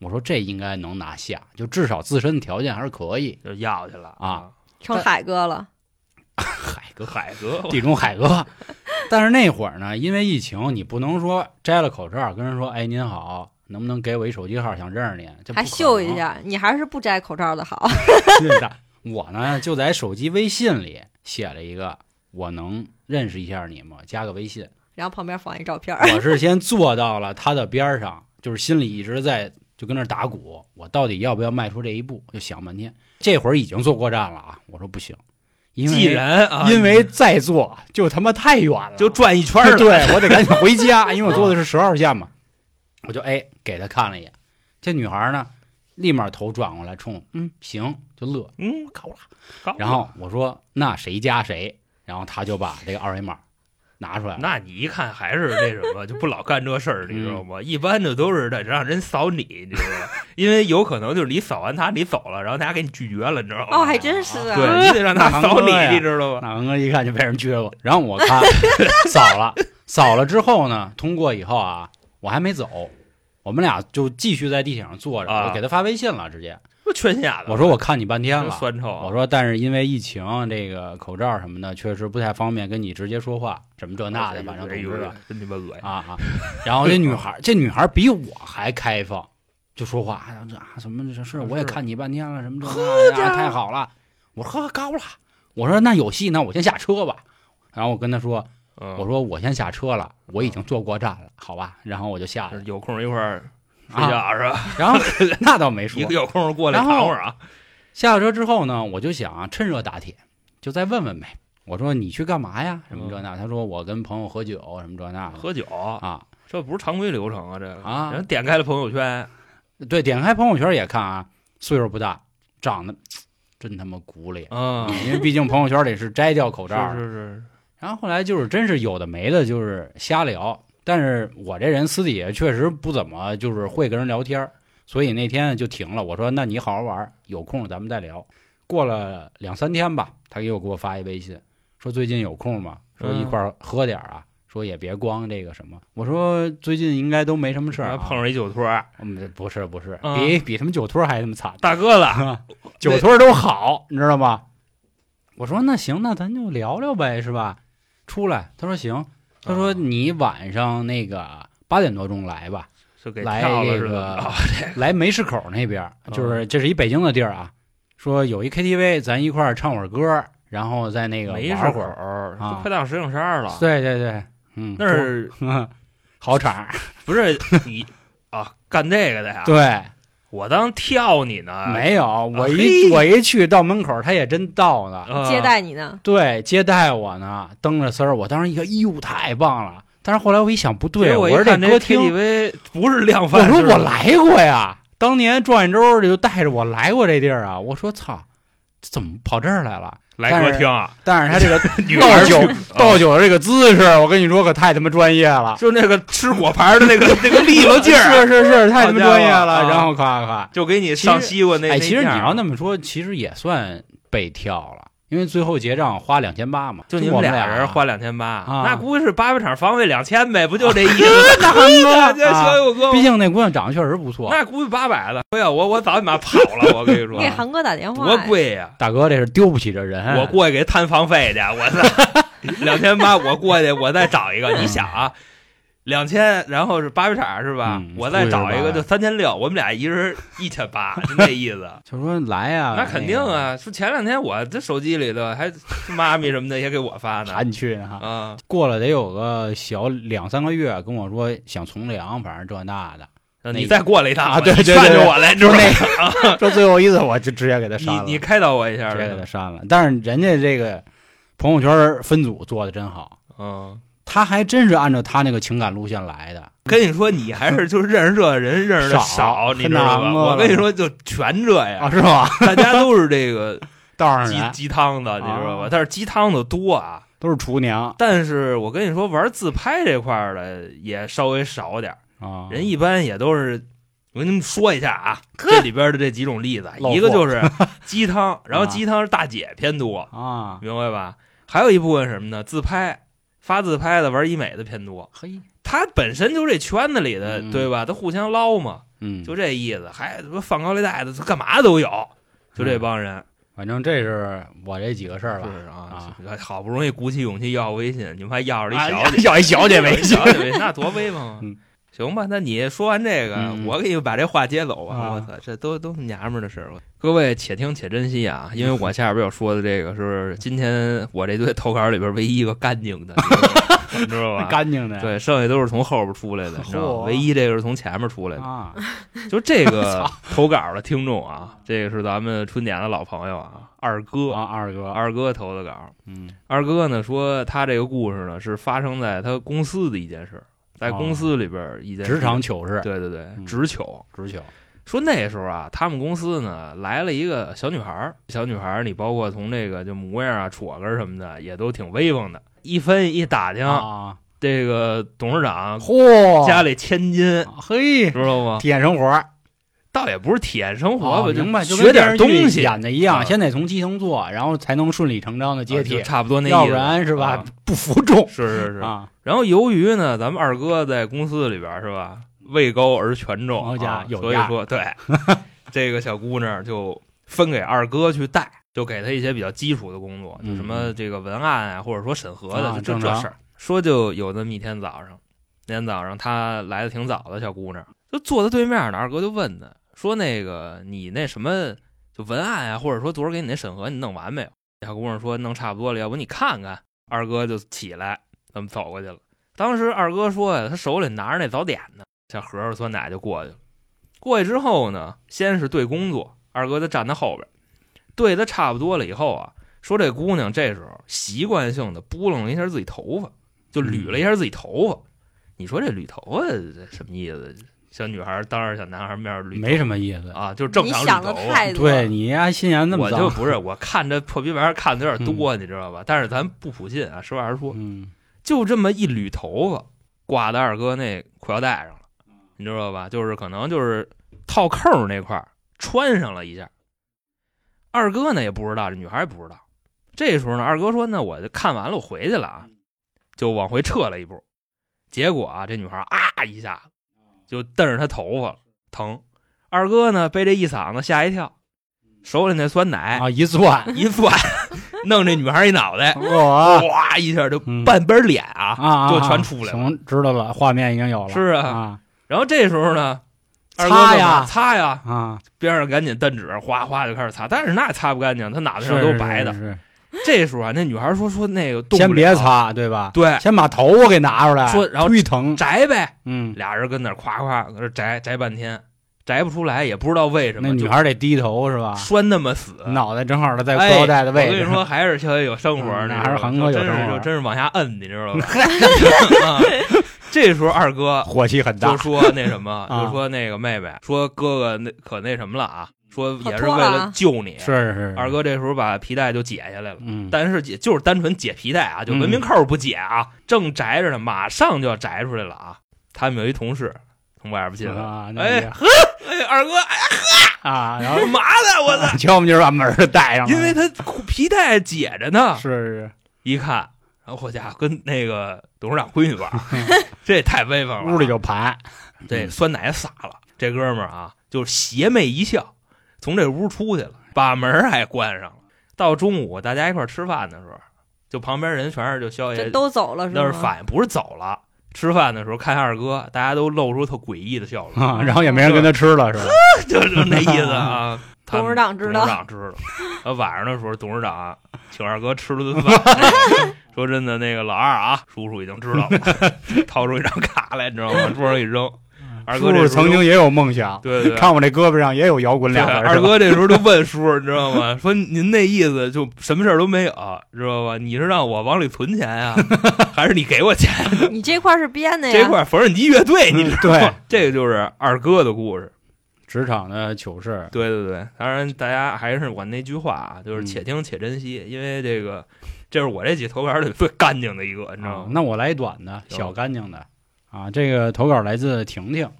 [SPEAKER 1] 我说这应该能拿下，就至少自身的条件还是可以。
[SPEAKER 2] 就要去了
[SPEAKER 1] 啊！
[SPEAKER 3] 成海哥了，
[SPEAKER 1] 海
[SPEAKER 2] 个海哥，
[SPEAKER 1] 地中海哥。 但是那会儿呢，因为疫情，你不能说摘了口罩跟人说：“哎，您好，能不能给我一手机号？想认识您。”这不
[SPEAKER 3] 还
[SPEAKER 1] 可
[SPEAKER 3] 秀一
[SPEAKER 1] 能。
[SPEAKER 3] 下，你还是不摘口罩的好。
[SPEAKER 1] 对的， 我呢就在手机微信里写了一个：“我能认识一下你吗？加个微信。
[SPEAKER 3] 然后旁边放一照片”儿，
[SPEAKER 1] 我是先坐到了他的边儿上，就是心里一直在就跟那儿打鼓，我到底要不要迈出这一步？就想半天。这会儿已经坐过站了啊！我说不行，因为
[SPEAKER 2] 既然啊，
[SPEAKER 1] 因为再坐就他妈太远了，
[SPEAKER 2] 就转一圈
[SPEAKER 1] 但是
[SPEAKER 2] 儿 了，
[SPEAKER 1] 对我 得赶紧回家，因为我坐的是十号线嘛。我就哎给她看了一眼，这女孩呢立马头转过来冲，嗯行就乐。
[SPEAKER 2] 嗯，够了，够了
[SPEAKER 1] 然后我说那谁加谁，然后她就把这个二维码拿出来了。
[SPEAKER 2] 那你一看还是那什么，就不老干这事儿，你知道
[SPEAKER 1] 嗯
[SPEAKER 2] 吗？一般的都是得让人扫你，你知道吗？因为有可能就是你扫完他，你走了，然后他给你拒绝了，你知道吗？
[SPEAKER 3] 哦，还真是啊。
[SPEAKER 2] 对你得让他
[SPEAKER 1] 那
[SPEAKER 2] 扫你
[SPEAKER 1] 行了呀，
[SPEAKER 2] 你知道吗？
[SPEAKER 1] 那文哥一看就被人撅过，然后我看扫了，扫了之后呢，通过以后啊，我还没走，我们俩就继续在地铁上坐着，
[SPEAKER 2] 啊
[SPEAKER 1] 我给她发微信了，直接
[SPEAKER 2] 不圈下的。
[SPEAKER 1] 我说我看你半天
[SPEAKER 2] 真
[SPEAKER 1] 了，
[SPEAKER 2] 酸臭啊，
[SPEAKER 1] 我说，但是因为疫情，这个口罩什么的，确实不太方便跟你直接说话，什么这那的，反正总
[SPEAKER 2] 哎呦
[SPEAKER 1] 之吧，
[SPEAKER 2] 真他妈恶心
[SPEAKER 1] 啊啊。然后这女孩，这女孩比我还开放，就说话，哎呀这啊什么这事儿，我也
[SPEAKER 2] 是
[SPEAKER 1] 看你半天了，什么 这那的，啊太好了。我说呵高了，我说那有戏，那我先下车吧。然后我跟她说，！
[SPEAKER 2] 嗯
[SPEAKER 1] 我说我先下车了，我已经坐过站了，好吧。然后我就下了
[SPEAKER 2] 有空一块儿睡
[SPEAKER 1] 啊。
[SPEAKER 2] 觉是吧？
[SPEAKER 1] 然后那倒没说
[SPEAKER 2] 一，个有空过来
[SPEAKER 1] 然后
[SPEAKER 2] 躺会儿啊。
[SPEAKER 1] 下了车之后呢，我就想啊趁热打铁，就再问问呗。我说你去干嘛呀？什么这那？他说我跟朋友喝酒，什么这那的
[SPEAKER 2] 嗯喝酒，
[SPEAKER 1] 啊。
[SPEAKER 2] 这不是常规流程啊，这个
[SPEAKER 1] 啊
[SPEAKER 2] 人点开了朋友圈，
[SPEAKER 1] 对，点开朋友圈也看啊，岁数不大，长得真他妈骨脸啊
[SPEAKER 2] 嗯，
[SPEAKER 1] 因为毕竟朋友圈里是摘掉口罩的。
[SPEAKER 2] 是是是，
[SPEAKER 1] 然后后来就是真是有的没的，就是瞎聊。但是我这人私底下确实不怎么就是会跟人聊天儿，所以那天就停了。我说那你好好玩儿，有空咱们再聊。过了两三天吧，他又给我发一微信，说最近有空吗？说
[SPEAKER 2] 嗯
[SPEAKER 1] 一块儿喝点儿啊，说也别光这个什么。我说最近应该都没什么事儿、
[SPEAKER 2] 然
[SPEAKER 1] 啊，
[SPEAKER 2] 后碰上一酒托儿，
[SPEAKER 1] 我们这不是不是，
[SPEAKER 2] 嗯
[SPEAKER 1] 比比他们酒托儿还他妈惨。
[SPEAKER 2] 大哥了，
[SPEAKER 1] 酒托儿都好，你知道吗？我说那行，那咱就聊聊呗，是吧？出来，他说行，他说
[SPEAKER 2] 啊
[SPEAKER 1] 你晚上那个八点多钟来吧，
[SPEAKER 2] 就给
[SPEAKER 1] 来
[SPEAKER 2] 跳了
[SPEAKER 1] 这
[SPEAKER 2] 是
[SPEAKER 1] 个
[SPEAKER 2] 吧？啊
[SPEAKER 1] 来梅市口那边儿，
[SPEAKER 2] 哦
[SPEAKER 1] 就是这是一北京的地儿啊。说有一 KTV，咱一块儿唱会儿歌，然后在那个
[SPEAKER 2] 没事
[SPEAKER 1] 玩会儿。
[SPEAKER 2] 儿，
[SPEAKER 1] 啊
[SPEAKER 2] 就快到石景山了。
[SPEAKER 1] 对对对，嗯，
[SPEAKER 2] 那是
[SPEAKER 1] 说好场儿，
[SPEAKER 2] 不是你啊？干这个的呀？
[SPEAKER 1] 对，
[SPEAKER 2] 我当跳你呢，
[SPEAKER 1] 没有我
[SPEAKER 2] 嘿
[SPEAKER 1] 一我一去到门口，他也真到呢。
[SPEAKER 2] 啊
[SPEAKER 3] 接待你呢，
[SPEAKER 1] 对，接待我呢，蹬着丝儿，我当时一看，哟，太棒了！但是后来我一想，不对，
[SPEAKER 2] 结果
[SPEAKER 1] 我
[SPEAKER 2] 一
[SPEAKER 1] 说
[SPEAKER 2] 看
[SPEAKER 1] 歌厅，
[SPEAKER 2] KTV 不是量
[SPEAKER 1] 我
[SPEAKER 2] 贩，
[SPEAKER 1] 说
[SPEAKER 2] 是
[SPEAKER 1] 我
[SPEAKER 2] 吧，
[SPEAKER 1] 来过呀，当年转眼周就带着我来过这地儿啊，我说操，这怎么跑这儿来了？
[SPEAKER 2] 来
[SPEAKER 1] 但是
[SPEAKER 2] 歌厅啊，
[SPEAKER 1] 但是他这个
[SPEAKER 2] 女孩
[SPEAKER 1] 倒
[SPEAKER 2] 儿嗯
[SPEAKER 1] 酒
[SPEAKER 2] 去
[SPEAKER 1] 倒酒的这个姿势，我跟你说可太他妈专业 了，
[SPEAKER 2] 就那个吃果盘儿的 那个那个利落劲儿，
[SPEAKER 1] 啊
[SPEAKER 2] 啊
[SPEAKER 1] 是是是，太他
[SPEAKER 2] 好
[SPEAKER 1] 妈
[SPEAKER 2] 家
[SPEAKER 1] 专业
[SPEAKER 2] 伙
[SPEAKER 1] 了。
[SPEAKER 2] 啊
[SPEAKER 1] 然后夸夸，
[SPEAKER 2] 就给你上西瓜那。啊
[SPEAKER 1] 哎，其实你要那
[SPEAKER 2] 么，
[SPEAKER 1] 么说，其实也算被跳了，因为最后结账花两千八嘛，
[SPEAKER 2] 就你
[SPEAKER 1] 我
[SPEAKER 2] 们
[SPEAKER 1] 们
[SPEAKER 2] 俩人
[SPEAKER 1] 花。
[SPEAKER 2] 花两千八，
[SPEAKER 1] 啊
[SPEAKER 2] 那估计是八百场房费两千呗，不就这意思？ 啊
[SPEAKER 1] 大 哥
[SPEAKER 2] 那这小友 哥，
[SPEAKER 1] 啊毕竟那姑娘长得确实不错。
[SPEAKER 2] 那估计八百了。哎呀，我我早你妈跑了，我跟你
[SPEAKER 3] 你
[SPEAKER 2] 说
[SPEAKER 3] 给，韩哥打电话
[SPEAKER 2] 多
[SPEAKER 3] 呀，
[SPEAKER 2] 贵呀！
[SPEAKER 1] 大哥这是丢不起这人，啊
[SPEAKER 2] 我过去给摊房费去，我操， 两千八，我过去，我再找一个。
[SPEAKER 1] 嗯
[SPEAKER 2] 你想啊，两千，然后是八百场是吧？
[SPEAKER 1] 嗯
[SPEAKER 2] 我再找一个就三千六，我们俩一人一千八，就那 意思。
[SPEAKER 1] 就说来呀，
[SPEAKER 2] 那肯定
[SPEAKER 1] 个，
[SPEAKER 2] 啊，说前两天我这手机里头还妈咪什么的也给我发呢
[SPEAKER 1] 喊你去哈。
[SPEAKER 2] 啊，
[SPEAKER 1] 过了得有个小两三个月，跟我说想从良，反正这那 的，个
[SPEAKER 2] 你再过来一趟，
[SPEAKER 1] 啊对对对
[SPEAKER 2] 劝着我来，知
[SPEAKER 1] 就
[SPEAKER 2] 道
[SPEAKER 1] 是
[SPEAKER 2] 吗？
[SPEAKER 1] 那个， 这最后一次我就直接给他删了，
[SPEAKER 2] 你你开导我一下
[SPEAKER 1] 直接给他
[SPEAKER 2] 呗，
[SPEAKER 1] 删了。但是人家这个朋友圈分组做的真好，
[SPEAKER 2] 嗯。
[SPEAKER 1] 他还真是按照他那个情感路线来的。
[SPEAKER 2] 跟你说，你还是就是认识这人认识的
[SPEAKER 1] 少
[SPEAKER 2] 少，你知道
[SPEAKER 1] 太
[SPEAKER 2] 吧？
[SPEAKER 1] 难啊了
[SPEAKER 2] 我跟你说，就全这样
[SPEAKER 1] 啊，，是吗？
[SPEAKER 2] 大家都是这个
[SPEAKER 1] 道上
[SPEAKER 2] 鸡
[SPEAKER 1] 人
[SPEAKER 2] 鸡汤的，你知道吧
[SPEAKER 1] 啊？
[SPEAKER 2] 但是鸡汤的多啊。
[SPEAKER 1] 都是厨娘
[SPEAKER 2] 但是我跟你说，玩自拍这块儿的也稍微少点儿，
[SPEAKER 1] 啊，
[SPEAKER 2] 人一般也都是。我跟你们说一下 啊，这里边的这几种例子，
[SPEAKER 1] 老
[SPEAKER 2] 一个
[SPEAKER 1] 货
[SPEAKER 2] 就是 鸡汤，然后
[SPEAKER 1] 啊
[SPEAKER 2] 鸡汤是大姐偏多，
[SPEAKER 1] 啊，
[SPEAKER 2] 明白吧？还有一部分什么呢？自拍，发自拍的玩医美的偏多，
[SPEAKER 1] 嘿，
[SPEAKER 2] 他本身就这圈子里的，
[SPEAKER 1] 嗯
[SPEAKER 2] 对吧？他互相捞嘛，
[SPEAKER 1] 嗯，
[SPEAKER 2] 就这意思。还什么放高利贷的，干嘛都有，就
[SPEAKER 1] 嗯
[SPEAKER 2] 这帮人。
[SPEAKER 1] 反正这是我这几个事儿吧。
[SPEAKER 2] 是啊，好不容易鼓起勇气要微信，你们还要着一小姐，
[SPEAKER 1] 哎小一小姐
[SPEAKER 2] 要
[SPEAKER 1] 微
[SPEAKER 2] 一
[SPEAKER 1] 信
[SPEAKER 2] 小，姐微信，那多威风 啊
[SPEAKER 1] 嗯！
[SPEAKER 2] 行吧，那你说完这个，
[SPEAKER 1] 嗯
[SPEAKER 2] 我给你把这话接走吧。
[SPEAKER 1] 啊
[SPEAKER 2] 我操，这都都娘们儿的事儿。各位且听且珍惜啊，因为我下边要说的这个是今天我这堆投稿里边唯一一个干净 的，你知道吧？
[SPEAKER 1] 干净的。
[SPEAKER 2] 对，剩下都是从后边出来的，你知道吗？
[SPEAKER 1] 嚯
[SPEAKER 2] 唯一这个是从前面出来的。
[SPEAKER 1] 啊，
[SPEAKER 2] 就这 个投稿的听众啊，这个是咱们春点的老朋友啊，二哥，
[SPEAKER 1] 啊二哥，
[SPEAKER 2] 二哥投的稿。
[SPEAKER 1] 嗯
[SPEAKER 2] 二哥呢说他这个故事呢是发生在他公司的一件事，在公司里边一件事
[SPEAKER 1] 哦职场，糗事，
[SPEAKER 2] 对对对，
[SPEAKER 1] 嗯
[SPEAKER 2] 职糗。
[SPEAKER 1] 职糗。
[SPEAKER 2] 说那时候啊，他们公司呢来了一个小女孩儿，小女孩儿你包括从这个就模样啊、戳根什么的，也都挺威风的。一分一打听，
[SPEAKER 1] 啊，
[SPEAKER 2] 这个董事长
[SPEAKER 1] 嚯，
[SPEAKER 2] 家里千金，
[SPEAKER 1] 嘿，
[SPEAKER 2] 知道吗？
[SPEAKER 1] 体验生活，
[SPEAKER 2] 倒也不是体验生活
[SPEAKER 1] 哦
[SPEAKER 2] 吧，就
[SPEAKER 1] 明白，就跟
[SPEAKER 2] 学点
[SPEAKER 1] 电视剧
[SPEAKER 2] 东西，
[SPEAKER 1] 演的一
[SPEAKER 2] 啊
[SPEAKER 1] 样，先得从基层做，然后才能顺理成章的接
[SPEAKER 2] 啊
[SPEAKER 1] 替
[SPEAKER 2] 就，差不多那意思，
[SPEAKER 1] 要不然是吧
[SPEAKER 2] 啊？
[SPEAKER 1] 不服众
[SPEAKER 2] 是 是是。
[SPEAKER 1] 啊。
[SPEAKER 2] 然后由于呢，咱们二哥在公司里边是吧，位高而权重，
[SPEAKER 1] 好家
[SPEAKER 2] 啊、
[SPEAKER 1] 有
[SPEAKER 2] 所以
[SPEAKER 1] 样
[SPEAKER 2] 说 对这个小姑娘就分给二哥去带，就给他一些比较基础的工作，就
[SPEAKER 1] 嗯
[SPEAKER 2] 什么这个文案啊，或者说审核的，
[SPEAKER 1] 啊
[SPEAKER 2] 就这
[SPEAKER 1] 正
[SPEAKER 2] 这
[SPEAKER 1] 常
[SPEAKER 2] 事儿。说就有那么一天早上，那天早上她来的挺早的，小姑娘就坐在对面呢，二哥就问她说：“那个你那什么就文案啊，或者说昨儿给你那审核你弄完没有？”小姑娘说：“弄差不多了，要不你看看。”二哥就起来，咱们走过去了。当时二哥说呀，他手里拿着那早点呢，小盒儿酸奶就过去了。过去之后呢，先是对工作，二哥就站他后边，对的差不多了以后啊，说这姑娘这时候习惯性的拨弄了一下自己头发，就捋了一下自己头发。你说这捋头发这什么意思？小女孩当着小男孩面捋
[SPEAKER 1] 没什么意思，
[SPEAKER 2] 啊，就是正
[SPEAKER 3] 你
[SPEAKER 2] 常
[SPEAKER 3] 想
[SPEAKER 2] 捋
[SPEAKER 3] 的
[SPEAKER 2] 头发。
[SPEAKER 3] 太多了，
[SPEAKER 1] 对你呀，心眼那么
[SPEAKER 2] 我就
[SPEAKER 1] 脏，
[SPEAKER 2] 不是我看这破皮玩意儿看的有点多，
[SPEAKER 3] 嗯
[SPEAKER 2] 你知道吧？但是咱不普信啊，实话实说，
[SPEAKER 1] 嗯，
[SPEAKER 2] 就这么一捋头发挂在二哥那裤腰带上了，你知道吧？就是可能就是套扣那块儿穿上了一下。二哥呢也不知道，这女孩也不知道。这时候呢，二哥说：“那我就看完了，我回去了啊，就往回撤了一步。”结果啊，这女孩啊一下就瞪着他头发了，疼。二哥呢被这一嗓子吓一跳，手里那酸奶、
[SPEAKER 1] 啊，一算，
[SPEAKER 2] 一攥，弄这女孩一脑袋，
[SPEAKER 1] 我
[SPEAKER 2] 哗一下就
[SPEAKER 1] 嗯
[SPEAKER 2] 半边脸啊，
[SPEAKER 1] 啊，
[SPEAKER 2] 就全出来了。
[SPEAKER 1] 行，知道了，画面已经有了，
[SPEAKER 2] 是啊，
[SPEAKER 1] 啊
[SPEAKER 2] 然后这时候呢，
[SPEAKER 1] 擦
[SPEAKER 2] 二哥就
[SPEAKER 1] 呀
[SPEAKER 2] 擦呀，
[SPEAKER 1] 啊，
[SPEAKER 2] 边上赶紧瞪纸，哗哗就开始擦，但是那也擦不干净，他脑袋上
[SPEAKER 1] 是
[SPEAKER 2] 都白的。
[SPEAKER 1] 是是
[SPEAKER 2] 这时候啊，那女孩说说那个动不
[SPEAKER 1] 先别
[SPEAKER 2] 了，啊
[SPEAKER 1] 擦，对吧？
[SPEAKER 2] 对，
[SPEAKER 1] 先把头发给拿出来，
[SPEAKER 2] 说然后
[SPEAKER 1] 巨疼，
[SPEAKER 2] 摘呗。
[SPEAKER 1] 嗯，
[SPEAKER 2] 俩人跟那儿夸夸搁这摘摘半天，摘不出来，也不知道为什
[SPEAKER 1] 那
[SPEAKER 2] 么，
[SPEAKER 1] 女
[SPEAKER 2] 就
[SPEAKER 1] 孩得低头是吧？
[SPEAKER 2] 拴那么死。
[SPEAKER 1] 脑袋正好是在裤
[SPEAKER 2] 哎
[SPEAKER 1] 腰带的位
[SPEAKER 2] 我
[SPEAKER 1] 置
[SPEAKER 2] 跟你，说，还是小野有生活
[SPEAKER 1] 嗯
[SPEAKER 2] 呢，
[SPEAKER 1] 还是韩哥有
[SPEAKER 2] 真
[SPEAKER 1] 生
[SPEAKER 2] 是
[SPEAKER 1] 活
[SPEAKER 2] 就真是往下摁，你知道 吧？ 啊这时候二哥
[SPEAKER 1] 火气很大
[SPEAKER 2] 就，说那什么，
[SPEAKER 1] 啊
[SPEAKER 2] 就说那个妹妹，说哥哥那可那什么了啊，说也是
[SPEAKER 3] 可脱
[SPEAKER 2] 为
[SPEAKER 3] 了啊
[SPEAKER 2] 了救你。
[SPEAKER 1] 是是是，
[SPEAKER 2] 二，哥这时候把皮带就解下来了，
[SPEAKER 1] 嗯，
[SPEAKER 2] 但是解就是单纯解皮带啊，就文明扣不解啊，正摘着呢，马上就要摘出来了啊。他们有一同事从外边进来，
[SPEAKER 1] 啊，那
[SPEAKER 2] 哎
[SPEAKER 1] 个
[SPEAKER 2] 哎，二哥，哎呀，
[SPEAKER 1] 啊，然后
[SPEAKER 2] 干嘛呢？我 操！
[SPEAKER 1] 敲门就把门儿带上了，
[SPEAKER 2] 因为他皮带解着呢，
[SPEAKER 1] 是
[SPEAKER 2] 一看，然后伙家伙跟那个董事长闺女玩 儿，这也太威风
[SPEAKER 1] 是
[SPEAKER 2] 了啊。
[SPEAKER 1] 屋里就盘，嗯
[SPEAKER 2] 这酸奶洒了，这哥们儿啊，就邪魅一笑，从这屋出去了，把门儿还关上了。到中午大家一块儿吃饭的时候，就旁边人全是就宵
[SPEAKER 3] 这
[SPEAKER 2] 夜，
[SPEAKER 3] 都走了是
[SPEAKER 2] 那
[SPEAKER 3] 吗？
[SPEAKER 2] 是反应不是走了。吃饭的时候看二哥，大家都露出特诡异的笑容，
[SPEAKER 1] 啊，然后也没人跟他吃了，是吧？
[SPEAKER 2] 就就那意 思啊。他们
[SPEAKER 3] 董事长知道
[SPEAKER 2] 董事长知道。啊，晚上的时候，董事长请二哥吃了顿饭， 说真的，那个老二啊，叔叔已经知道了， 掏出一张卡来，你知道吗？往桌上一扔， 二哥
[SPEAKER 1] 叔
[SPEAKER 2] 这
[SPEAKER 1] 嗯叔
[SPEAKER 2] 时候
[SPEAKER 1] 曾
[SPEAKER 2] 就
[SPEAKER 1] 经也有梦想，
[SPEAKER 2] 对对，对
[SPEAKER 1] 看我这胳膊上也有摇滚
[SPEAKER 2] 对
[SPEAKER 1] 两个，
[SPEAKER 2] 二
[SPEAKER 1] 是吧，
[SPEAKER 2] 哥这时候就问叔，你知道吗？ 说您那意思就什么事儿都没有，知道吧？你是让我往里存钱呀、 还是你给我钱？
[SPEAKER 3] 你这块是编的呀？
[SPEAKER 2] 这块儿缝纫机乐队，你知
[SPEAKER 1] 嗯
[SPEAKER 2] 道吗
[SPEAKER 1] 对，
[SPEAKER 2] 这个就是二哥的故事。
[SPEAKER 1] 职场的糗事，
[SPEAKER 2] 对对对，当然大家还是我那句话啊，就是
[SPEAKER 1] 嗯
[SPEAKER 2] 且听且珍惜，因为这个这是我这几投稿里最干净的一个，你知道
[SPEAKER 1] 啊
[SPEAKER 2] 吗？
[SPEAKER 1] 那我来一短的，
[SPEAKER 2] 行
[SPEAKER 1] 小干净的啊。这个投稿来自婷婷，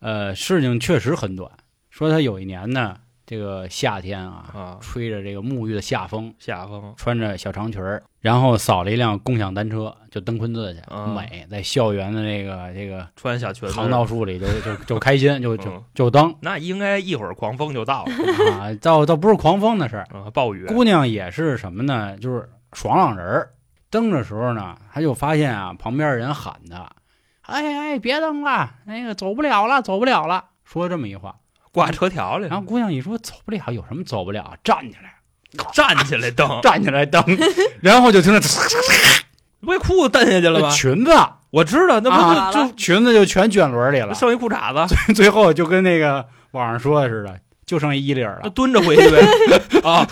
[SPEAKER 1] 呃，事情确实很短。说她有一年呢，这个夏天啊，
[SPEAKER 2] 啊，
[SPEAKER 1] 吹着这个沐浴的夏风，
[SPEAKER 2] 下风
[SPEAKER 1] 穿着小长裙儿，然后扫了一辆共享单车，就登昆字去，
[SPEAKER 2] 嗯
[SPEAKER 1] 美，在校园的那个这个
[SPEAKER 2] 穿小裙子
[SPEAKER 1] 行，道树里就就就开心，就就
[SPEAKER 2] 嗯
[SPEAKER 1] 就登
[SPEAKER 2] 那应该一会儿狂风就 到了
[SPEAKER 1] 啊，倒倒不是狂风的事儿，
[SPEAKER 2] 啊，暴雨
[SPEAKER 1] 姑娘也是什么呢？就是爽朗人儿。蹬的时候呢，她就发现啊，旁边人喊她：“哎哎，别蹬了，那个走不了了，走不了了。”说这么一话，
[SPEAKER 2] 挂车条里
[SPEAKER 1] 然，后姑娘一说走不了，有什么走不了？站起来，
[SPEAKER 2] 站起来 蹬，
[SPEAKER 1] 站起来蹬，然后就听着
[SPEAKER 2] 不给裤子蹬下去了吗？
[SPEAKER 1] 裙子
[SPEAKER 2] 我知道，那不
[SPEAKER 1] 啊，
[SPEAKER 3] 啊
[SPEAKER 1] 就裙子就全卷轮里了，
[SPEAKER 2] 剩一裤衩子，
[SPEAKER 1] 最后就跟那个网上说的似的，就剩一衣领
[SPEAKER 2] 那
[SPEAKER 1] 了，
[SPEAKER 2] 蹲着回去呗。 啊，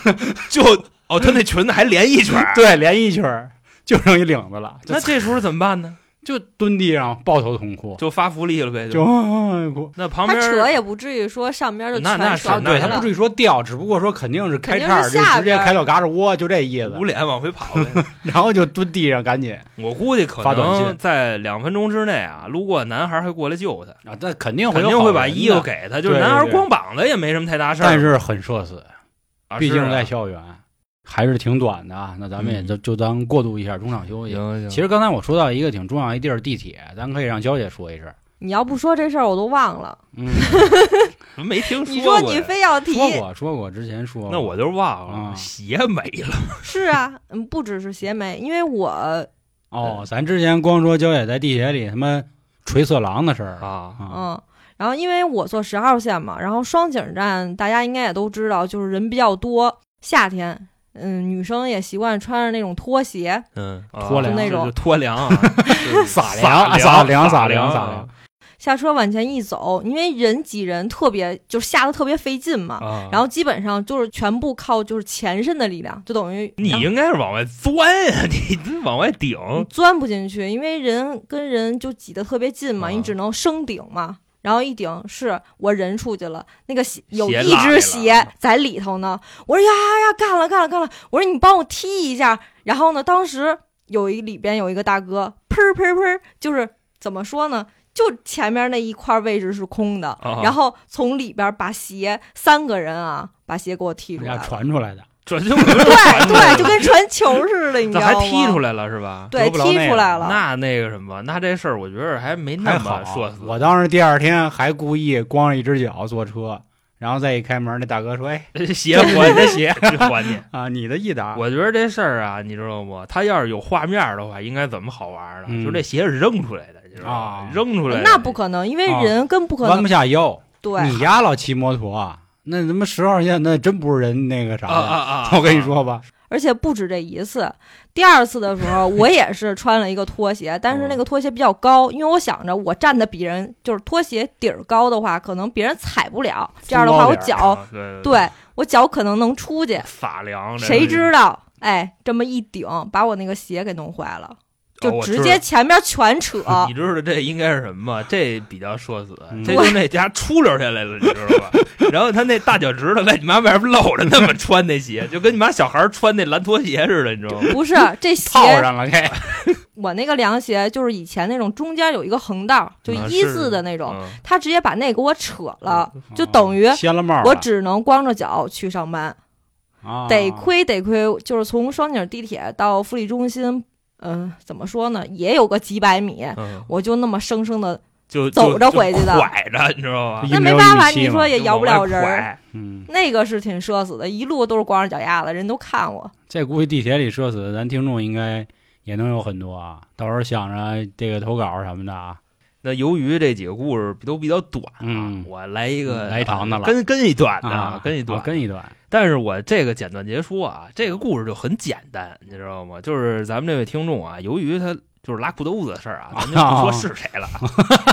[SPEAKER 2] 就哦，他那裙子还连一圈儿，
[SPEAKER 1] 对，连衣裙儿就剩一领子了，就
[SPEAKER 2] 那这时候怎么办呢？
[SPEAKER 1] 就蹲地上抱头痛哭，
[SPEAKER 2] 就发福利了呗，
[SPEAKER 1] 就哎哭。
[SPEAKER 2] 那旁
[SPEAKER 3] 他
[SPEAKER 2] 边
[SPEAKER 3] 扯也不至于说上边就
[SPEAKER 2] 那那
[SPEAKER 3] 全
[SPEAKER 2] 是
[SPEAKER 3] 甩
[SPEAKER 2] 那
[SPEAKER 1] 对
[SPEAKER 2] 是
[SPEAKER 1] 他不至于说掉，只不过说肯定是开
[SPEAKER 3] 肯
[SPEAKER 1] 叉儿，
[SPEAKER 3] 定是
[SPEAKER 1] 就
[SPEAKER 3] 下
[SPEAKER 1] 直接
[SPEAKER 3] 边儿
[SPEAKER 1] 开到嘎吱窝，就这意思
[SPEAKER 2] 捂。脸往回跑呗。
[SPEAKER 1] 然后就蹲地上，赶紧 啊
[SPEAKER 2] 我估计可
[SPEAKER 1] 发短
[SPEAKER 2] 能
[SPEAKER 1] 信
[SPEAKER 2] 在两分钟之内啊，路过男孩会过来救他，
[SPEAKER 1] 啊，但肯定会
[SPEAKER 2] 肯
[SPEAKER 1] 有
[SPEAKER 2] 定
[SPEAKER 1] 好
[SPEAKER 2] 会把
[SPEAKER 1] 人
[SPEAKER 2] 衣服
[SPEAKER 1] 的，
[SPEAKER 2] 给他。就是
[SPEAKER 1] 对对
[SPEAKER 2] 男孩
[SPEAKER 1] 对
[SPEAKER 2] 光膀子也没什么太大事儿，
[SPEAKER 1] 但是很社死，
[SPEAKER 2] 啊
[SPEAKER 1] 毕
[SPEAKER 2] 是
[SPEAKER 1] 竟
[SPEAKER 2] 啊
[SPEAKER 1] 在校园还是挺短的啊。那咱们也
[SPEAKER 2] 嗯
[SPEAKER 1] 就就当过渡一下中场休息。
[SPEAKER 2] 行
[SPEAKER 1] 其实刚才我说到一个挺重要一地儿，地铁，咱可以让娇姐说一声。
[SPEAKER 3] 你要不说这事儿我都忘了。
[SPEAKER 1] 嗯，
[SPEAKER 2] 行没听
[SPEAKER 3] 你
[SPEAKER 2] 过
[SPEAKER 3] 说
[SPEAKER 2] 呀
[SPEAKER 3] 你非要提，
[SPEAKER 1] 说过说过，之前说过。
[SPEAKER 2] 那我就忘
[SPEAKER 1] 啊
[SPEAKER 2] 了，鞋没了。
[SPEAKER 3] 是啊，嗯，不只是邪媒，因为
[SPEAKER 2] 啊
[SPEAKER 3] 我
[SPEAKER 1] 哦，咱之前光说娇姐在地铁里他妈锤色狼的事儿
[SPEAKER 2] 啊
[SPEAKER 1] 啊，
[SPEAKER 3] 嗯，然后因为我坐十号线嘛，然后双井站大家应该也都知道，就是人比较多，夏天，嗯，女生也习惯穿着那种拖鞋，
[SPEAKER 2] 嗯，
[SPEAKER 1] 脱
[SPEAKER 3] 凉那种
[SPEAKER 2] 就是脱凉 啊，就是
[SPEAKER 1] 撒
[SPEAKER 2] 凉
[SPEAKER 1] 凉撒
[SPEAKER 2] 撒
[SPEAKER 1] 凉撒
[SPEAKER 2] 凉
[SPEAKER 1] 凉撒
[SPEAKER 2] 啊
[SPEAKER 1] 凉
[SPEAKER 3] 下车往前一走，因为人挤人，特别就是下的特别费劲嘛。
[SPEAKER 2] 啊
[SPEAKER 3] 然后基本上就是全部靠就是前身的力量，就等于
[SPEAKER 2] 你应该是往外钻呀， 你这往外顶，
[SPEAKER 3] 你钻不进去，因为人跟人就挤得特别近嘛，
[SPEAKER 2] 啊
[SPEAKER 3] 你只能升顶嘛。然后一顶是我人出去了，那个鞋有
[SPEAKER 2] 鞋
[SPEAKER 3] 一
[SPEAKER 2] 落来
[SPEAKER 3] 只
[SPEAKER 2] 了
[SPEAKER 3] 鞋在里头呢。我说呀呀，干了干了干了！我说你帮我踢一下。然后呢，当时有一里边有一个大哥，砰儿砰儿砰儿，就是怎么说呢？就前面那一块位置是空的，
[SPEAKER 2] 啊
[SPEAKER 3] 然后从里边把鞋三个人啊，把鞋给我踢出
[SPEAKER 1] 人
[SPEAKER 3] 来
[SPEAKER 1] 家
[SPEAKER 3] 了。
[SPEAKER 1] 传出来的。
[SPEAKER 2] 这 就
[SPEAKER 3] 对对，就跟传球似的，你知
[SPEAKER 2] 这
[SPEAKER 3] 道
[SPEAKER 2] 还
[SPEAKER 3] 吗？
[SPEAKER 2] 踢出来了是吧？
[SPEAKER 1] 得
[SPEAKER 3] 对，
[SPEAKER 1] 不着
[SPEAKER 3] 踢
[SPEAKER 1] 那
[SPEAKER 3] 出
[SPEAKER 1] 个
[SPEAKER 3] 来了。
[SPEAKER 2] 那那个什么，那这事儿我觉得还没
[SPEAKER 1] 还
[SPEAKER 2] 那
[SPEAKER 1] 好啊
[SPEAKER 2] 么社死。
[SPEAKER 1] 我当时第二天还故意光着一只脚坐车，然后再一开门，那大哥说：“哎
[SPEAKER 2] 这鞋还这鞋还你。
[SPEAKER 1] 啊，你的益达。”
[SPEAKER 2] 我觉得这事儿啊，你知道吗？他要是有画面的话，应该怎么好玩呢？
[SPEAKER 1] 嗯
[SPEAKER 2] 就是这鞋是扔出来的，你知道吗
[SPEAKER 1] 啊？
[SPEAKER 2] 扔出来的
[SPEAKER 3] 哎那不可能，因为
[SPEAKER 1] 啊
[SPEAKER 3] 人更不可
[SPEAKER 1] 弯
[SPEAKER 3] 能。
[SPEAKER 1] 不下腰，
[SPEAKER 3] 对
[SPEAKER 2] 嗯
[SPEAKER 1] 你，丫老骑摩托啊，那他妈十号线那真不是人那个啥
[SPEAKER 2] 啊啊
[SPEAKER 1] 的。
[SPEAKER 2] 啊！
[SPEAKER 1] 我跟你，说吧，
[SPEAKER 3] 而且不止这一次。第二次的时候，我也是穿了一个拖鞋，但
[SPEAKER 2] 嗯
[SPEAKER 3] 是那个拖鞋比较高，因为我想着我站的比人就是拖鞋底儿高的话，可能别人踩不了。这样的话，
[SPEAKER 1] 松
[SPEAKER 3] 我
[SPEAKER 1] 糕底
[SPEAKER 3] 脚
[SPEAKER 2] 啊对
[SPEAKER 3] 对我脚可能能出去，
[SPEAKER 2] 撒凉，这
[SPEAKER 3] 谁知道？哎，这么一顶，把我那个鞋给弄坏了，
[SPEAKER 2] 哦
[SPEAKER 3] 就
[SPEAKER 2] 我知
[SPEAKER 3] 直
[SPEAKER 2] 道
[SPEAKER 3] 接前面全扯。
[SPEAKER 2] 你知道这应该是什么吗？这比较社死
[SPEAKER 1] 嗯，
[SPEAKER 2] 这就是那家出溜下来 了，你知道吧？然后他那大脚趾头在你妈外边露着，那么穿那鞋，就跟你妈小孩穿那蓝拖鞋似的，你知道吗？嗯
[SPEAKER 3] 不是这鞋，
[SPEAKER 1] 套上了哎这。
[SPEAKER 3] 我那个凉鞋就是以前那种中间有一个横道，就
[SPEAKER 2] 啊
[SPEAKER 3] 一
[SPEAKER 2] 是
[SPEAKER 3] 字的那种，
[SPEAKER 2] 嗯
[SPEAKER 3] 他直接把那给我扯了，
[SPEAKER 1] 嗯
[SPEAKER 3] 就等于
[SPEAKER 1] 啊掀了帽儿了。
[SPEAKER 3] 我只能光着脚去上班。
[SPEAKER 1] 啊
[SPEAKER 3] 得亏得亏，就是从双井地铁到富力中心，嗯、怎么说呢，也有个几百米，
[SPEAKER 2] 嗯，
[SPEAKER 3] 我就那么生生的，
[SPEAKER 2] 就
[SPEAKER 3] 走着回去的
[SPEAKER 2] 就拐着，你知道吧？
[SPEAKER 1] 啊一
[SPEAKER 3] 那
[SPEAKER 1] 米
[SPEAKER 3] 没
[SPEAKER 1] 六
[SPEAKER 3] 办
[SPEAKER 1] 一米
[SPEAKER 3] 法，
[SPEAKER 1] 七
[SPEAKER 3] 你
[SPEAKER 1] 嘛
[SPEAKER 3] 说也摇不了人儿。
[SPEAKER 1] 嗯，
[SPEAKER 3] 那个是挺社死的，一路都是光着脚丫子，人都看我。
[SPEAKER 1] 这估计地铁里社死的，咱听众应该也能有很多啊。到时候想着这个投稿什么的啊，
[SPEAKER 2] 那由于这几个故事都比较短啊
[SPEAKER 1] 嗯，
[SPEAKER 2] 我来一个
[SPEAKER 1] 来一长的了
[SPEAKER 2] 跟跟一短的
[SPEAKER 1] 啊
[SPEAKER 2] 啊，，跟一短
[SPEAKER 1] 啊
[SPEAKER 2] 的。
[SPEAKER 1] 跟一段，
[SPEAKER 2] 但是我这个简短截说啊，这个故事就很简单，你知道吗？就是咱们这位听众啊，由于他就是拉裤兜子的事儿 啊，咱就不说是谁了，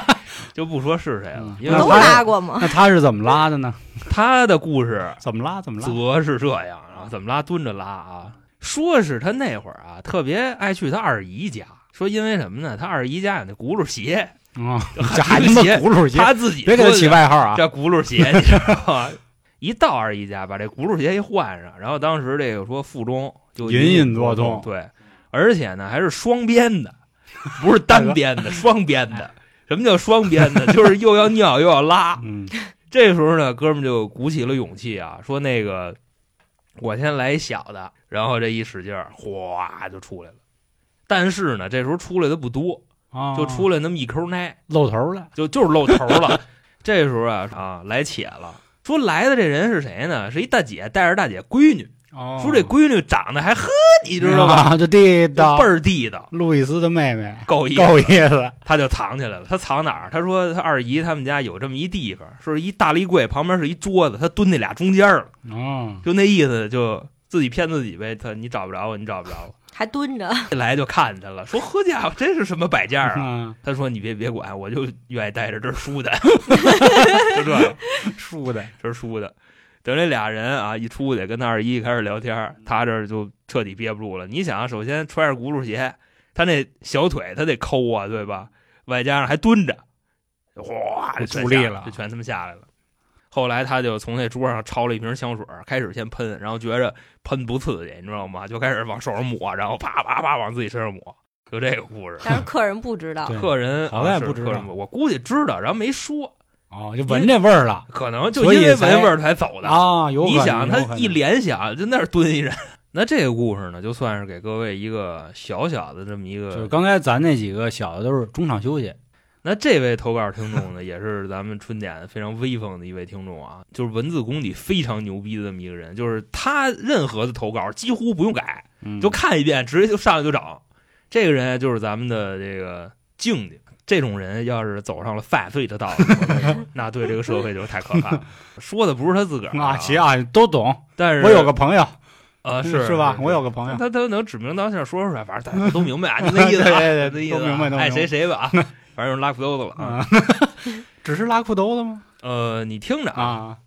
[SPEAKER 2] 就不说是谁了
[SPEAKER 1] 嗯，
[SPEAKER 2] 因
[SPEAKER 3] 我
[SPEAKER 1] 那
[SPEAKER 3] 都
[SPEAKER 1] 他
[SPEAKER 2] 为
[SPEAKER 3] 拉过嘛，
[SPEAKER 1] 那他是怎么拉的呢？
[SPEAKER 2] 他的故事
[SPEAKER 1] 怎么拉？怎么拉？
[SPEAKER 2] 则是这样啊，怎么拉蹲着拉啊？说是他那会儿啊，特别爱去他二姨家，说因为什么呢？他二姨家有那轱辘鞋，
[SPEAKER 1] 啊，这
[SPEAKER 2] 这
[SPEAKER 1] 还他妈
[SPEAKER 2] 鞋
[SPEAKER 1] 轱辘鞋，
[SPEAKER 2] 他自己
[SPEAKER 1] 别给他
[SPEAKER 2] 说的
[SPEAKER 1] 起外号啊！
[SPEAKER 2] 这轱辘鞋，你知道吗？ 一到二姨家，把这轱辘鞋一换上，然后当时这个说附中就
[SPEAKER 1] 隐
[SPEAKER 2] 隐
[SPEAKER 1] 隐作
[SPEAKER 2] 痛，
[SPEAKER 1] 痛
[SPEAKER 2] 对，而且呢还是双边的，不 是 单边的，双边的。什么叫双边的？就是又要尿又要拉，
[SPEAKER 1] 嗯，
[SPEAKER 2] 这时候呢，哥们儿就鼓起了勇气啊，说那个我先来一小的，然后这一使劲儿，哗就出来了。但是呢，这时候出来的不多，
[SPEAKER 1] 啊，
[SPEAKER 2] 就出来那么一抠奶，
[SPEAKER 1] 露头了，
[SPEAKER 2] 就就是露头了。 这时候啊啊，来且了。说来的这人是谁呢？是一大姐，带着大姐闺女。
[SPEAKER 1] 哦嗯
[SPEAKER 2] 说这闺女长得还呵，你
[SPEAKER 1] 你
[SPEAKER 2] 知道吧？？
[SPEAKER 1] 就地道
[SPEAKER 2] 倍，儿哎地道，
[SPEAKER 1] 路易斯的妹妹，
[SPEAKER 2] 够意思
[SPEAKER 1] 够意思。
[SPEAKER 2] 他就藏起来了。他藏哪儿？他说他二姨他们家有这么一地方，说是一大立柜，旁边是一桌子，他蹲那俩中间了，
[SPEAKER 1] 嗯，
[SPEAKER 2] 就那意思，就自己骗自己呗。他你找不着我，你找不着我。
[SPEAKER 3] 还 蹲着，
[SPEAKER 2] 一来就看见了，说呵家伙，这是什么摆件儿啊？
[SPEAKER 1] 嗯，
[SPEAKER 2] 他说你别别管，我就愿意带着这 书的，就这样，
[SPEAKER 1] 输的，
[SPEAKER 2] 这书的。等这俩人啊一出去，跟他二姨开始聊天儿，
[SPEAKER 1] 嗯
[SPEAKER 2] 他这儿就彻底憋不住了。你想，啊首先穿着轱辘鞋，他那小腿他得抠啊，对吧？外加上还蹲着，哗就全
[SPEAKER 1] 阻力
[SPEAKER 2] 下
[SPEAKER 1] 了
[SPEAKER 2] 就全他妈下来了。后来他就从那桌上抄了一瓶香水儿，开始先喷，然后觉着喷不刺激，你知道吗？就开始往手上抹，然后啪啪啪往自己身上抹，就这个故事。
[SPEAKER 3] 但是客人不知道。
[SPEAKER 1] 对
[SPEAKER 2] 客人啊
[SPEAKER 1] 好在
[SPEAKER 2] 是
[SPEAKER 1] 不知
[SPEAKER 2] 客
[SPEAKER 1] 道
[SPEAKER 2] 人我估计知道，然后没说，
[SPEAKER 1] 哦，就闻这味儿了
[SPEAKER 2] 可能就
[SPEAKER 1] 所以
[SPEAKER 2] 因为
[SPEAKER 1] 才
[SPEAKER 2] 闻味儿才走的。
[SPEAKER 1] 啊，有
[SPEAKER 2] 你
[SPEAKER 1] 可能
[SPEAKER 2] 想
[SPEAKER 1] 有可
[SPEAKER 2] 他
[SPEAKER 1] 能
[SPEAKER 2] 一联想，就那儿蹲一人。 那这个故事呢，就算是给各位一个小小的这么一
[SPEAKER 1] 就是
[SPEAKER 2] 个。
[SPEAKER 1] 刚才咱那几个小的都是中场休息，
[SPEAKER 2] 那这位投稿听众呢，也是咱们春点非常威风的一位听众啊，就是文字功底非常牛逼的这么一个人，就是他任何的投稿几乎不用改，
[SPEAKER 1] 嗯
[SPEAKER 2] 就看一遍，直接就上来就找。这个人就是咱们的这个境界，这种人要是走上了犯罪的道路，我跟你 说那对这个社会就是太可怕了。说的不是他自个儿
[SPEAKER 1] 啊，行啊，都懂。
[SPEAKER 2] 但是
[SPEAKER 1] 我有个朋友，
[SPEAKER 2] 啊，
[SPEAKER 1] 是
[SPEAKER 2] 是
[SPEAKER 1] 吧？
[SPEAKER 2] 是
[SPEAKER 1] 我有个朋友，
[SPEAKER 2] 他他能指名道姓说出来，反正大家都明白啊，就 那意思啊，
[SPEAKER 1] 对对对
[SPEAKER 2] 就那意思啊
[SPEAKER 1] 都明白都明白
[SPEAKER 2] 爱谁谁 吧啊，反正就是拉裤兜子了啊。
[SPEAKER 1] 啊，只是拉裤兜子吗？
[SPEAKER 2] 呃，你听着啊，
[SPEAKER 1] 啊，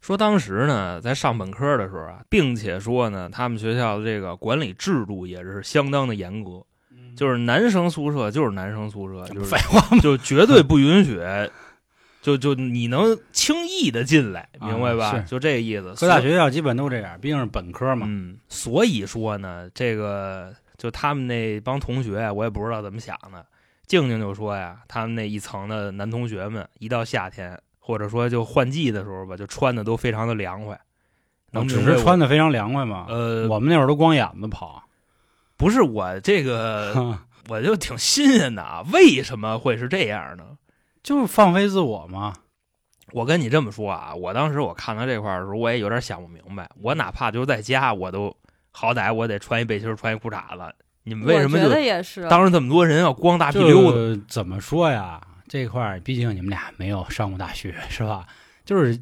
[SPEAKER 2] 说当时呢，在上本科的时候啊，并且说呢，他们学校的这个管理制度也是相当的严格，就是男生宿舍就是男生宿舍，就是
[SPEAKER 1] 嗯 废话，
[SPEAKER 2] 就绝对不允许，就就你能轻易的进来，明白吧？
[SPEAKER 1] 啊是
[SPEAKER 2] 就这意思。
[SPEAKER 1] 各大学校基本都这样，毕竟是本科嘛。
[SPEAKER 2] 嗯，所以说呢，这个就他们那帮同学，我也不知道怎么想的。静静就说呀，他们那一层的男同学们，一到夏天或者说就换季的时候吧，就穿的都非常的凉快。能
[SPEAKER 1] 哦只
[SPEAKER 2] 明白
[SPEAKER 1] 是
[SPEAKER 2] 我
[SPEAKER 1] 穿的非常凉快嘛。
[SPEAKER 2] 呃，
[SPEAKER 1] 我们那会儿都光眼子跑，
[SPEAKER 2] 不是我这个，我就挺新鲜的啊。为什么会是这样呢？
[SPEAKER 1] 就是放飞自我嘛。
[SPEAKER 2] 我跟你这么说啊，我当时我看到这块儿的时候，我也有点想不明白。我哪怕就是在家，我都好歹我得穿一背心儿，穿一裤衩子。你们为什么
[SPEAKER 3] 我觉
[SPEAKER 2] 就
[SPEAKER 3] 得也是，
[SPEAKER 2] 当着这么多人要光大屁溜子？
[SPEAKER 1] 就怎么说呀？这块儿毕竟你们俩没有上过大学，是吧？就是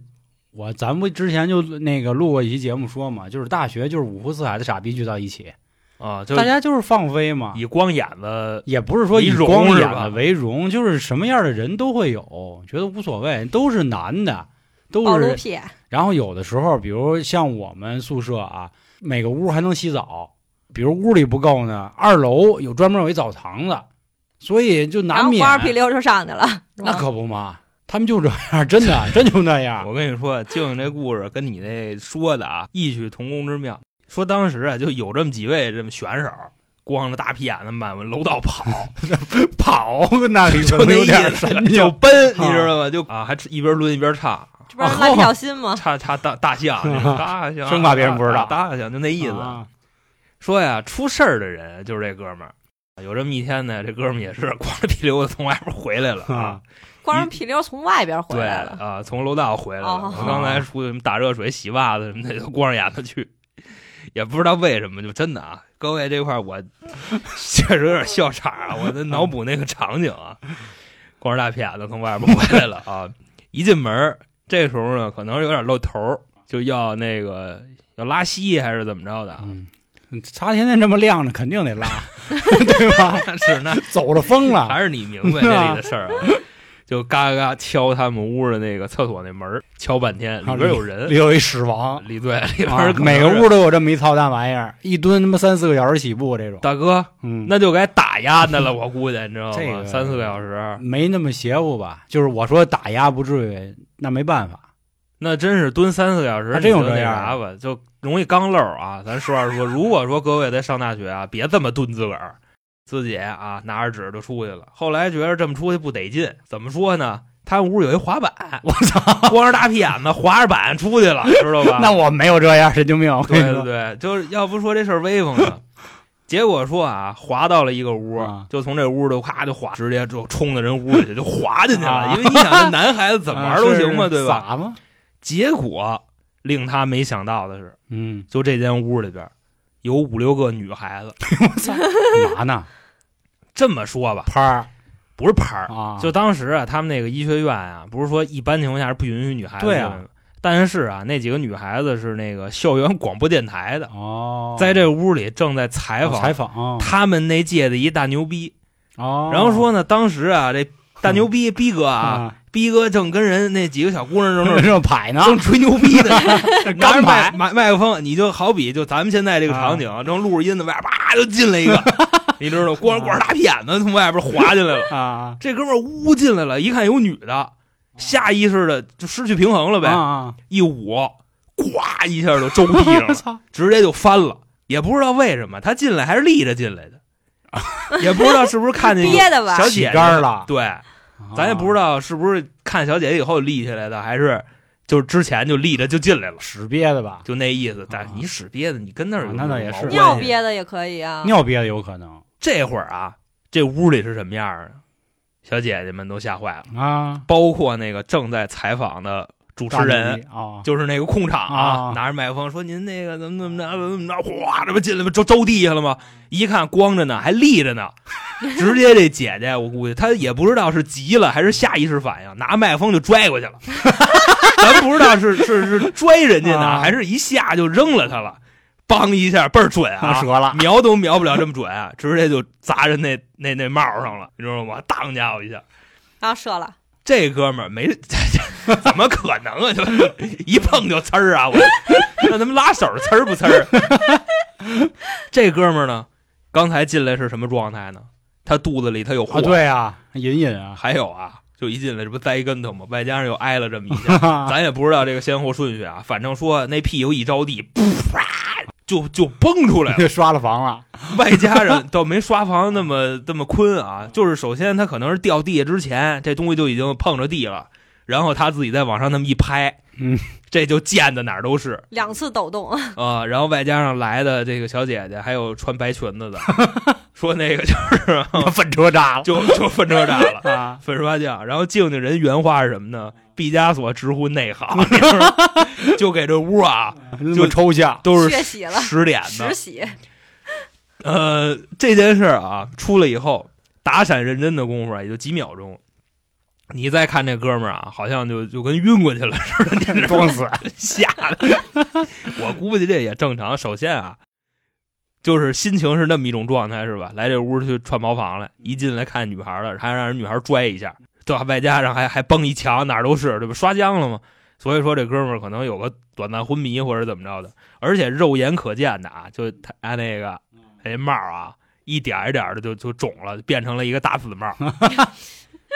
[SPEAKER 1] 我咱不之前就那个录过一期节目说嘛，就是大学就是五湖四海的傻逼聚到一起，
[SPEAKER 2] 啊，就
[SPEAKER 1] 大家就是放飞嘛。
[SPEAKER 2] 以光眼子，
[SPEAKER 1] 也不是说以
[SPEAKER 2] 以荣
[SPEAKER 1] 光
[SPEAKER 2] 是
[SPEAKER 1] 眼
[SPEAKER 2] 吧
[SPEAKER 1] 的为荣，就是什么样的人都会有，觉得无所谓，都是男的，都
[SPEAKER 3] 暴露
[SPEAKER 1] 是。
[SPEAKER 3] 癖，
[SPEAKER 1] 然后有的时候，比如像我们宿舍啊，每个屋还能洗澡，比如屋里不够呢，二楼有专门有一澡堂子，所以就
[SPEAKER 3] 然
[SPEAKER 1] 难
[SPEAKER 3] 后
[SPEAKER 1] 免。
[SPEAKER 3] 光着屁溜就上去了。是吧
[SPEAKER 1] 那可不嘛，他们就这样， 真的，真就那样。
[SPEAKER 2] 我跟你说，静静这故事跟你那说的啊，异曲同工之妙。说当时啊，就有这么几位这么选手，光着大屁眼子满楼道 跑，
[SPEAKER 1] 跑那里
[SPEAKER 2] 就
[SPEAKER 1] 头
[SPEAKER 2] 那
[SPEAKER 1] 有
[SPEAKER 2] 意
[SPEAKER 1] 点
[SPEAKER 2] 思，
[SPEAKER 1] 神
[SPEAKER 2] 就
[SPEAKER 1] 经，
[SPEAKER 2] 奔，你知道吗？就啊，还一边抡一边唱，
[SPEAKER 3] 这不是 蜡笔小新吗？
[SPEAKER 2] 插插大大 象，大象，
[SPEAKER 1] 生怕别人不知道
[SPEAKER 2] 大象就那意思。
[SPEAKER 1] 啊
[SPEAKER 2] 说呀，出事儿的人就是这哥们儿。有这么一天呢，这哥们儿也是光着屁溜子从外边回来了啊
[SPEAKER 1] 啊。
[SPEAKER 3] 光着屁溜从外边回
[SPEAKER 2] 对
[SPEAKER 3] 来了，
[SPEAKER 2] 啊，从楼道回来了。
[SPEAKER 3] 哦
[SPEAKER 2] 我刚才出去什么打热水、洗袜子什么的，都光着眼子去，也不知道为什么，就真的啊。各位这块儿我 确实有点笑场啊，我在脑补那个场景啊，光着大屁眼子从外边回来了啊。一进门儿，这时候呢，可能有点露头儿，就要那个要拉稀还是怎么着的啊？
[SPEAKER 1] 嗯，他天天这么晾着，肯定得拉， 对吧？
[SPEAKER 2] 是那
[SPEAKER 1] 走了风了，
[SPEAKER 2] 还是你明白这里的事儿啊。就嘎嘎嘎敲他们屋的那个厕所那门儿，敲半天，里边有人，
[SPEAKER 1] 里有一屎王，
[SPEAKER 2] 李队里边
[SPEAKER 1] 啊
[SPEAKER 2] 儿可能是
[SPEAKER 1] 每个屋都有这么一操蛋玩意儿，一蹲他妈三四个小时起步这种。
[SPEAKER 2] 大哥，
[SPEAKER 1] 嗯，
[SPEAKER 2] 那就该打压的了，我估计你知道
[SPEAKER 1] 这
[SPEAKER 2] 吗？
[SPEAKER 1] 个
[SPEAKER 2] 三四个小时，
[SPEAKER 1] 没那么邪乎吧？就是我说打压不至于，那没办法。
[SPEAKER 2] 那真是蹲三四个小时，
[SPEAKER 1] 还真有
[SPEAKER 2] 你就
[SPEAKER 1] 啊这
[SPEAKER 2] 那
[SPEAKER 1] 样
[SPEAKER 2] 啥吧，就容易刚漏啊。咱实话实说，如果说各位在上大学啊，别这么蹲自个儿，自己啊拿着纸就出去了。后来觉得这么出去不得劲，怎么说呢？他们屋有一 滑板，
[SPEAKER 1] 我操，
[SPEAKER 2] 光着大屁眼子滑着板出去了，知道吧？
[SPEAKER 1] 那我没有这样，神经病！ 我跟你
[SPEAKER 2] 对对
[SPEAKER 1] 说
[SPEAKER 2] 对，就是要不说这事儿威风 呢。结果说啊，滑到了一个屋，
[SPEAKER 1] 啊
[SPEAKER 2] 就从这屋就咔就滑，直接就冲到人屋里去，就滑进去了。
[SPEAKER 1] 啊
[SPEAKER 2] 因为你想，这男孩子怎么玩都行嘛，
[SPEAKER 1] 啊是
[SPEAKER 2] 对吧？
[SPEAKER 1] 傻吗？
[SPEAKER 2] 结果令他没想到的是，
[SPEAKER 1] 嗯，
[SPEAKER 2] 就这间屋里边有五六个女孩子。
[SPEAKER 1] 干嘛呢？
[SPEAKER 2] 这么说吧，
[SPEAKER 1] 拍儿
[SPEAKER 2] 不是牌儿，
[SPEAKER 1] 啊，
[SPEAKER 2] 就当时啊，他们那个医学院啊，不是说一般情况下是不允许女孩子
[SPEAKER 1] 对
[SPEAKER 2] 进
[SPEAKER 1] 啊
[SPEAKER 2] 来的，但是啊，那几个女孩子是那个校园广播电台的，
[SPEAKER 1] 哦，
[SPEAKER 2] 在这屋里正在采
[SPEAKER 1] 哦
[SPEAKER 2] 访
[SPEAKER 1] 采访哦
[SPEAKER 2] 他们那届的一大牛逼。
[SPEAKER 1] 哦，
[SPEAKER 2] 然后说呢，当时啊，这大牛逼逼哥啊，
[SPEAKER 1] 啊，
[SPEAKER 2] 逼哥正跟人那几个小姑娘正
[SPEAKER 1] 这
[SPEAKER 2] 正
[SPEAKER 1] 正拍呢，
[SPEAKER 2] 正吹牛逼呢，拿着
[SPEAKER 1] 干
[SPEAKER 2] 麦
[SPEAKER 1] 拍
[SPEAKER 2] 麦麦克风，你就好比就咱们现在这个场景，正录着音呢，外边叭就进来一个，你知道吗，光着光着大屁眼子从外边滑进来 了。
[SPEAKER 1] 啊，
[SPEAKER 2] 这哥们儿呜进来了，一看有女的，下意识的就失去平衡了呗，
[SPEAKER 1] 啊，
[SPEAKER 2] 一捂，呱一下就周地上
[SPEAKER 1] 我
[SPEAKER 2] 了，
[SPEAKER 1] 操，
[SPEAKER 2] 直接就翻了，也不知道为什么他进来还是立着进来的，也不知道是不是看见
[SPEAKER 3] 憋的吧
[SPEAKER 2] 小？
[SPEAKER 1] 起
[SPEAKER 2] 姐姐
[SPEAKER 1] 杆儿了，啊
[SPEAKER 2] 对，咱也不知
[SPEAKER 1] 道
[SPEAKER 2] 道是不是看小姐姐以后立起来的，还是就是之前就立着就进来了，
[SPEAKER 1] 屎憋的吧，
[SPEAKER 2] 就那意思。但
[SPEAKER 1] 啊
[SPEAKER 2] 你屎憋的，你跟那儿有
[SPEAKER 1] 啊那倒也
[SPEAKER 2] 毛
[SPEAKER 1] 是
[SPEAKER 2] 关系
[SPEAKER 3] 尿憋的也可以啊。
[SPEAKER 1] 尿憋的有可能
[SPEAKER 2] 这会儿啊，这屋里是什么样儿啊？小姐姐们都吓坏了。
[SPEAKER 1] 啊，
[SPEAKER 2] 包括那个正在采访的主持人，
[SPEAKER 1] 啊，
[SPEAKER 2] 就是那个控场
[SPEAKER 1] 啊
[SPEAKER 2] 拿着麦克风说：“您那个怎么怎么着，怎么怎么着，哗，这不进来不周周地下了吗？一看光着呢，还立着呢，直接这姐姐，我估计她也不知道是急了还是下意识反应，拿麦克风就拽过去了。 咱不知道是是是拽人家呢，
[SPEAKER 1] 啊
[SPEAKER 2] 还是一下就扔了他了，梆一下倍儿准啊，
[SPEAKER 1] 折了，
[SPEAKER 2] 瞄都瞄不了这么准，啊直接就砸人那那那帽上了，你知道吗？当家伙一下。”
[SPEAKER 3] 然后射了，
[SPEAKER 2] 这哥们儿没， 怎么可能啊？就一碰就呲儿啊！我让他们拉手呲儿不呲儿？啊 这哥们儿呢，刚才进来是什么状态呢？他肚子里他有货，
[SPEAKER 1] 啊，对啊，隐隐啊，
[SPEAKER 2] 还有啊，就一进来这不栽一跟头吗？外加上又挨了这么一下，
[SPEAKER 1] 咱
[SPEAKER 2] 咱也不知道这个先后顺序啊。反正说那屁股一着地，噗就就蹦出来 了。
[SPEAKER 1] 刷了房啊了，
[SPEAKER 2] 外加上倒没刷房那么那么坤啊，就是首先他可能是掉地下之前，这东西就已经碰着地了，然后他自己再往上那么一拍，
[SPEAKER 1] 嗯，
[SPEAKER 2] 这就溅的哪儿都 是
[SPEAKER 3] 两次抖动，
[SPEAKER 2] 啊、然后外加上来的这个小姐姐，还有穿白裙子的，说那个就是
[SPEAKER 1] 粪车炸了
[SPEAKER 2] 就嗯就粪车炸了，
[SPEAKER 1] 啊，
[SPEAKER 2] 粉刷匠。然后静静人原话是什么呢？毕加索直呼内行，你知道吗就给这屋啊
[SPEAKER 1] 那么抽 象，
[SPEAKER 2] 都
[SPEAKER 3] 血
[SPEAKER 2] 是
[SPEAKER 3] 洗了，
[SPEAKER 2] 十点的
[SPEAKER 3] 实，洗，
[SPEAKER 2] 呃，这件事儿啊，出了以后，打闪认真的功夫啊，也就几秒钟。你再看这哥们儿啊，好像就就跟晕过去了似的，你
[SPEAKER 1] 装死，
[SPEAKER 2] 吓的。我估计这也正常。首先啊，就是心情是那么一种状态，是吧？来这屋去串茅房来，一进来看女孩了，还让人女孩拽一下，对吧？外加上还还崩一墙，哪儿都是，对吧？刷浆了嘛。所以说这哥们儿可能有个短暂昏迷或者怎么着的，而且肉眼可见的啊，就他他那个那帽儿啊，一点儿一点的就就肿了，变成了一个大紫帽儿。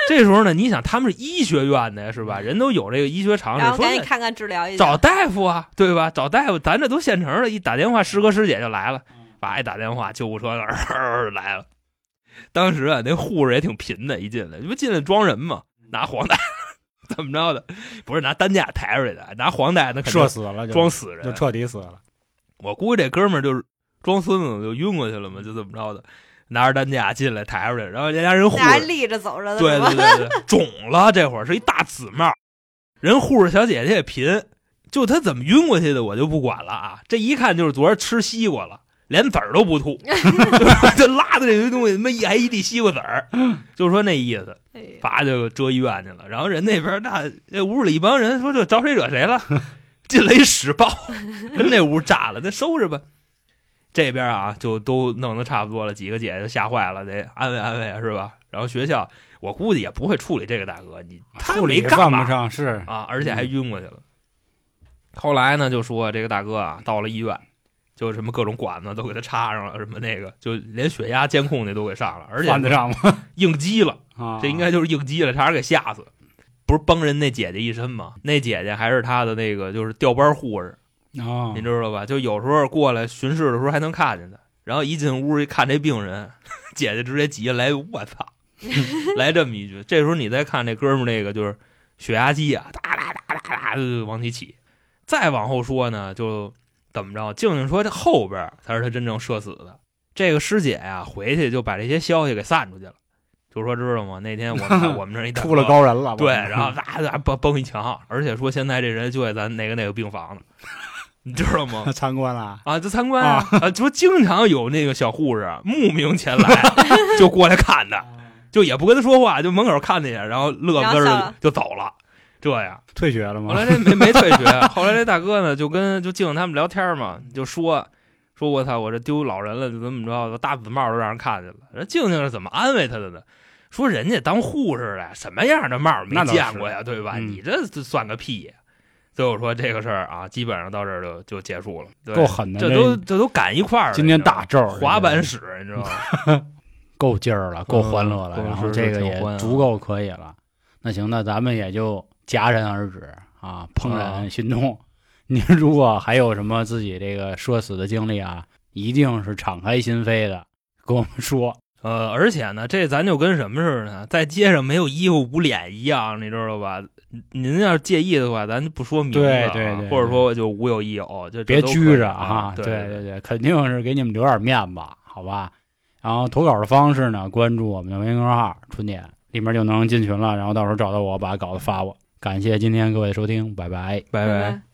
[SPEAKER 2] 这时候呢，你想他们是医学院的呀，是吧？人都有这个医学常识，
[SPEAKER 3] 然后
[SPEAKER 2] 说
[SPEAKER 3] 赶
[SPEAKER 2] 那
[SPEAKER 3] 紧看看治疗一
[SPEAKER 2] 找
[SPEAKER 3] 下。
[SPEAKER 2] 大夫啊，对吧？找大夫，咱这都现成的，一打电话，师哥师姐就来了，叭一打电话，救护车那儿来了。当时啊，那护士也挺贫的，一进来，因为进来装人嘛，拿黄带 怎么着的，不是拿担架抬出去的，拿黄带那肯定
[SPEAKER 1] 射死了就
[SPEAKER 2] 装死
[SPEAKER 1] 就
[SPEAKER 2] 人。
[SPEAKER 1] 彻底死了，
[SPEAKER 2] 我估计这哥们儿就是装孙子就晕过去了嘛，就怎么着的，拿着担架进来抬出去，然后人家人护
[SPEAKER 3] 那还
[SPEAKER 2] 士
[SPEAKER 3] 立着走着的，
[SPEAKER 2] 对
[SPEAKER 3] 是吧
[SPEAKER 2] 对对对，肿了，这会儿是一大紫帽。人护士小姐姐也贫，就她怎么晕过去的，我就不管了啊。这一看就是昨儿吃西瓜了，连籽儿都不 吐，就拉的这堆东西，他妈一还一地西瓜籽 儿，就说那意思，
[SPEAKER 3] 哎呀
[SPEAKER 2] 叭就遮医院去了。然后人那边那那屋里一帮人说这招谁惹谁了， 进来一屎 豹，跟那屋炸了，那收拾吧。这边啊，就都弄得差不多了，几个姐姐就吓坏了，得安慰安慰是吧？然后学校，我估计也不会处理这个大哥，你他
[SPEAKER 1] 啊处理
[SPEAKER 2] 没干
[SPEAKER 1] 犯
[SPEAKER 2] 嘛
[SPEAKER 1] 不上嗯是
[SPEAKER 2] 啊，而且还晕过去了。后来呢，就说这个大哥啊，到了医院，就什么各种管子都给他插上了，什么那个，就连血压监控的都给上了，而
[SPEAKER 1] 犯得
[SPEAKER 2] 且
[SPEAKER 1] 上吗？
[SPEAKER 2] 应激了，
[SPEAKER 1] 啊，
[SPEAKER 2] 这应该就是应激了，差点给吓死。不是崩人那姐姐一身吗？那姐姐还是他的那个就是调班护士，
[SPEAKER 1] 啊
[SPEAKER 2] 你，知道吧？就有时候过来巡视的时候还能看见他，然后一进屋一看这病人， 姐姐直接急了，来，我操，来这么一句。这时候你再看这哥们儿那个就是血压机啊，哒哒哒哒哒呃往起起。再往后说呢，就怎么着？静静说这后边儿才是他真正射死的。这个师姐呀、回去就把这些消息给散出去了，就说知道吗？那天我们我们这儿一大
[SPEAKER 4] 出了
[SPEAKER 2] 哥
[SPEAKER 4] 高人了。
[SPEAKER 2] 对， 然后哒哒崩崩一墙，而且说现在这人就在咱哪个哪个病房呢，你知道 吗？
[SPEAKER 4] 参观了，
[SPEAKER 2] 啊，就参观啊，啊，就经常有那个小护士慕名前来，就过来看
[SPEAKER 3] 哦
[SPEAKER 2] 他，就也不跟他说话，就门口看他一眼，然后乐
[SPEAKER 3] 然
[SPEAKER 2] 呵
[SPEAKER 3] 后笑
[SPEAKER 2] 呵
[SPEAKER 3] 了
[SPEAKER 2] 就走了，这样。
[SPEAKER 4] 退学了吗
[SPEAKER 2] 后？来这没没退学，后来这大哥呢就跟就静他们聊天嘛，就说说我操，我这丢老人了，就怎么着，大紫帽都让人看见了。人静静是怎么安慰他的呢？说人家当护士的什么样的帽儿没
[SPEAKER 1] 那倒是
[SPEAKER 2] 见过呀，对吧？
[SPEAKER 1] 嗯
[SPEAKER 2] 你这算个屁呀！所以我说这个事儿啊，基本上到这儿就就结束了。对
[SPEAKER 1] 够狠的，
[SPEAKER 2] 这都这都赶一块儿了。
[SPEAKER 1] 今天
[SPEAKER 2] 你知道吗
[SPEAKER 1] 大咒
[SPEAKER 2] 滑板史，你知道吗？
[SPEAKER 1] 够劲儿了，够欢乐了，
[SPEAKER 2] 嗯
[SPEAKER 1] 然后
[SPEAKER 2] 够是
[SPEAKER 1] 这个
[SPEAKER 2] 挺
[SPEAKER 1] 也
[SPEAKER 2] 欢啊
[SPEAKER 1] 足够可以了。那行，那咱们也就戛然而止啊，怦然心动。您如果还有什么自己这个社死的经历啊，一定是敞开心扉的跟我们说。
[SPEAKER 2] 呃，而且呢，这咱就跟什么似的呢，在街上没有衣服捂脸一样，你知道吧？您要是介意的话，咱就不说名字、啊，
[SPEAKER 1] 对对对
[SPEAKER 2] 或者说就无有亦有，就
[SPEAKER 1] 别拘着
[SPEAKER 2] 啊
[SPEAKER 1] 啊！！
[SPEAKER 2] 对
[SPEAKER 1] 对
[SPEAKER 2] 对，
[SPEAKER 1] 对，肯定是给你们留点面子，好吧？然后投稿的方式呢，关注我们的微信公众号“春点”，里面就能进群了。然后到时候找到我，把稿子发我。感谢今天各位的收听，拜拜。
[SPEAKER 2] 拜
[SPEAKER 3] 拜拜。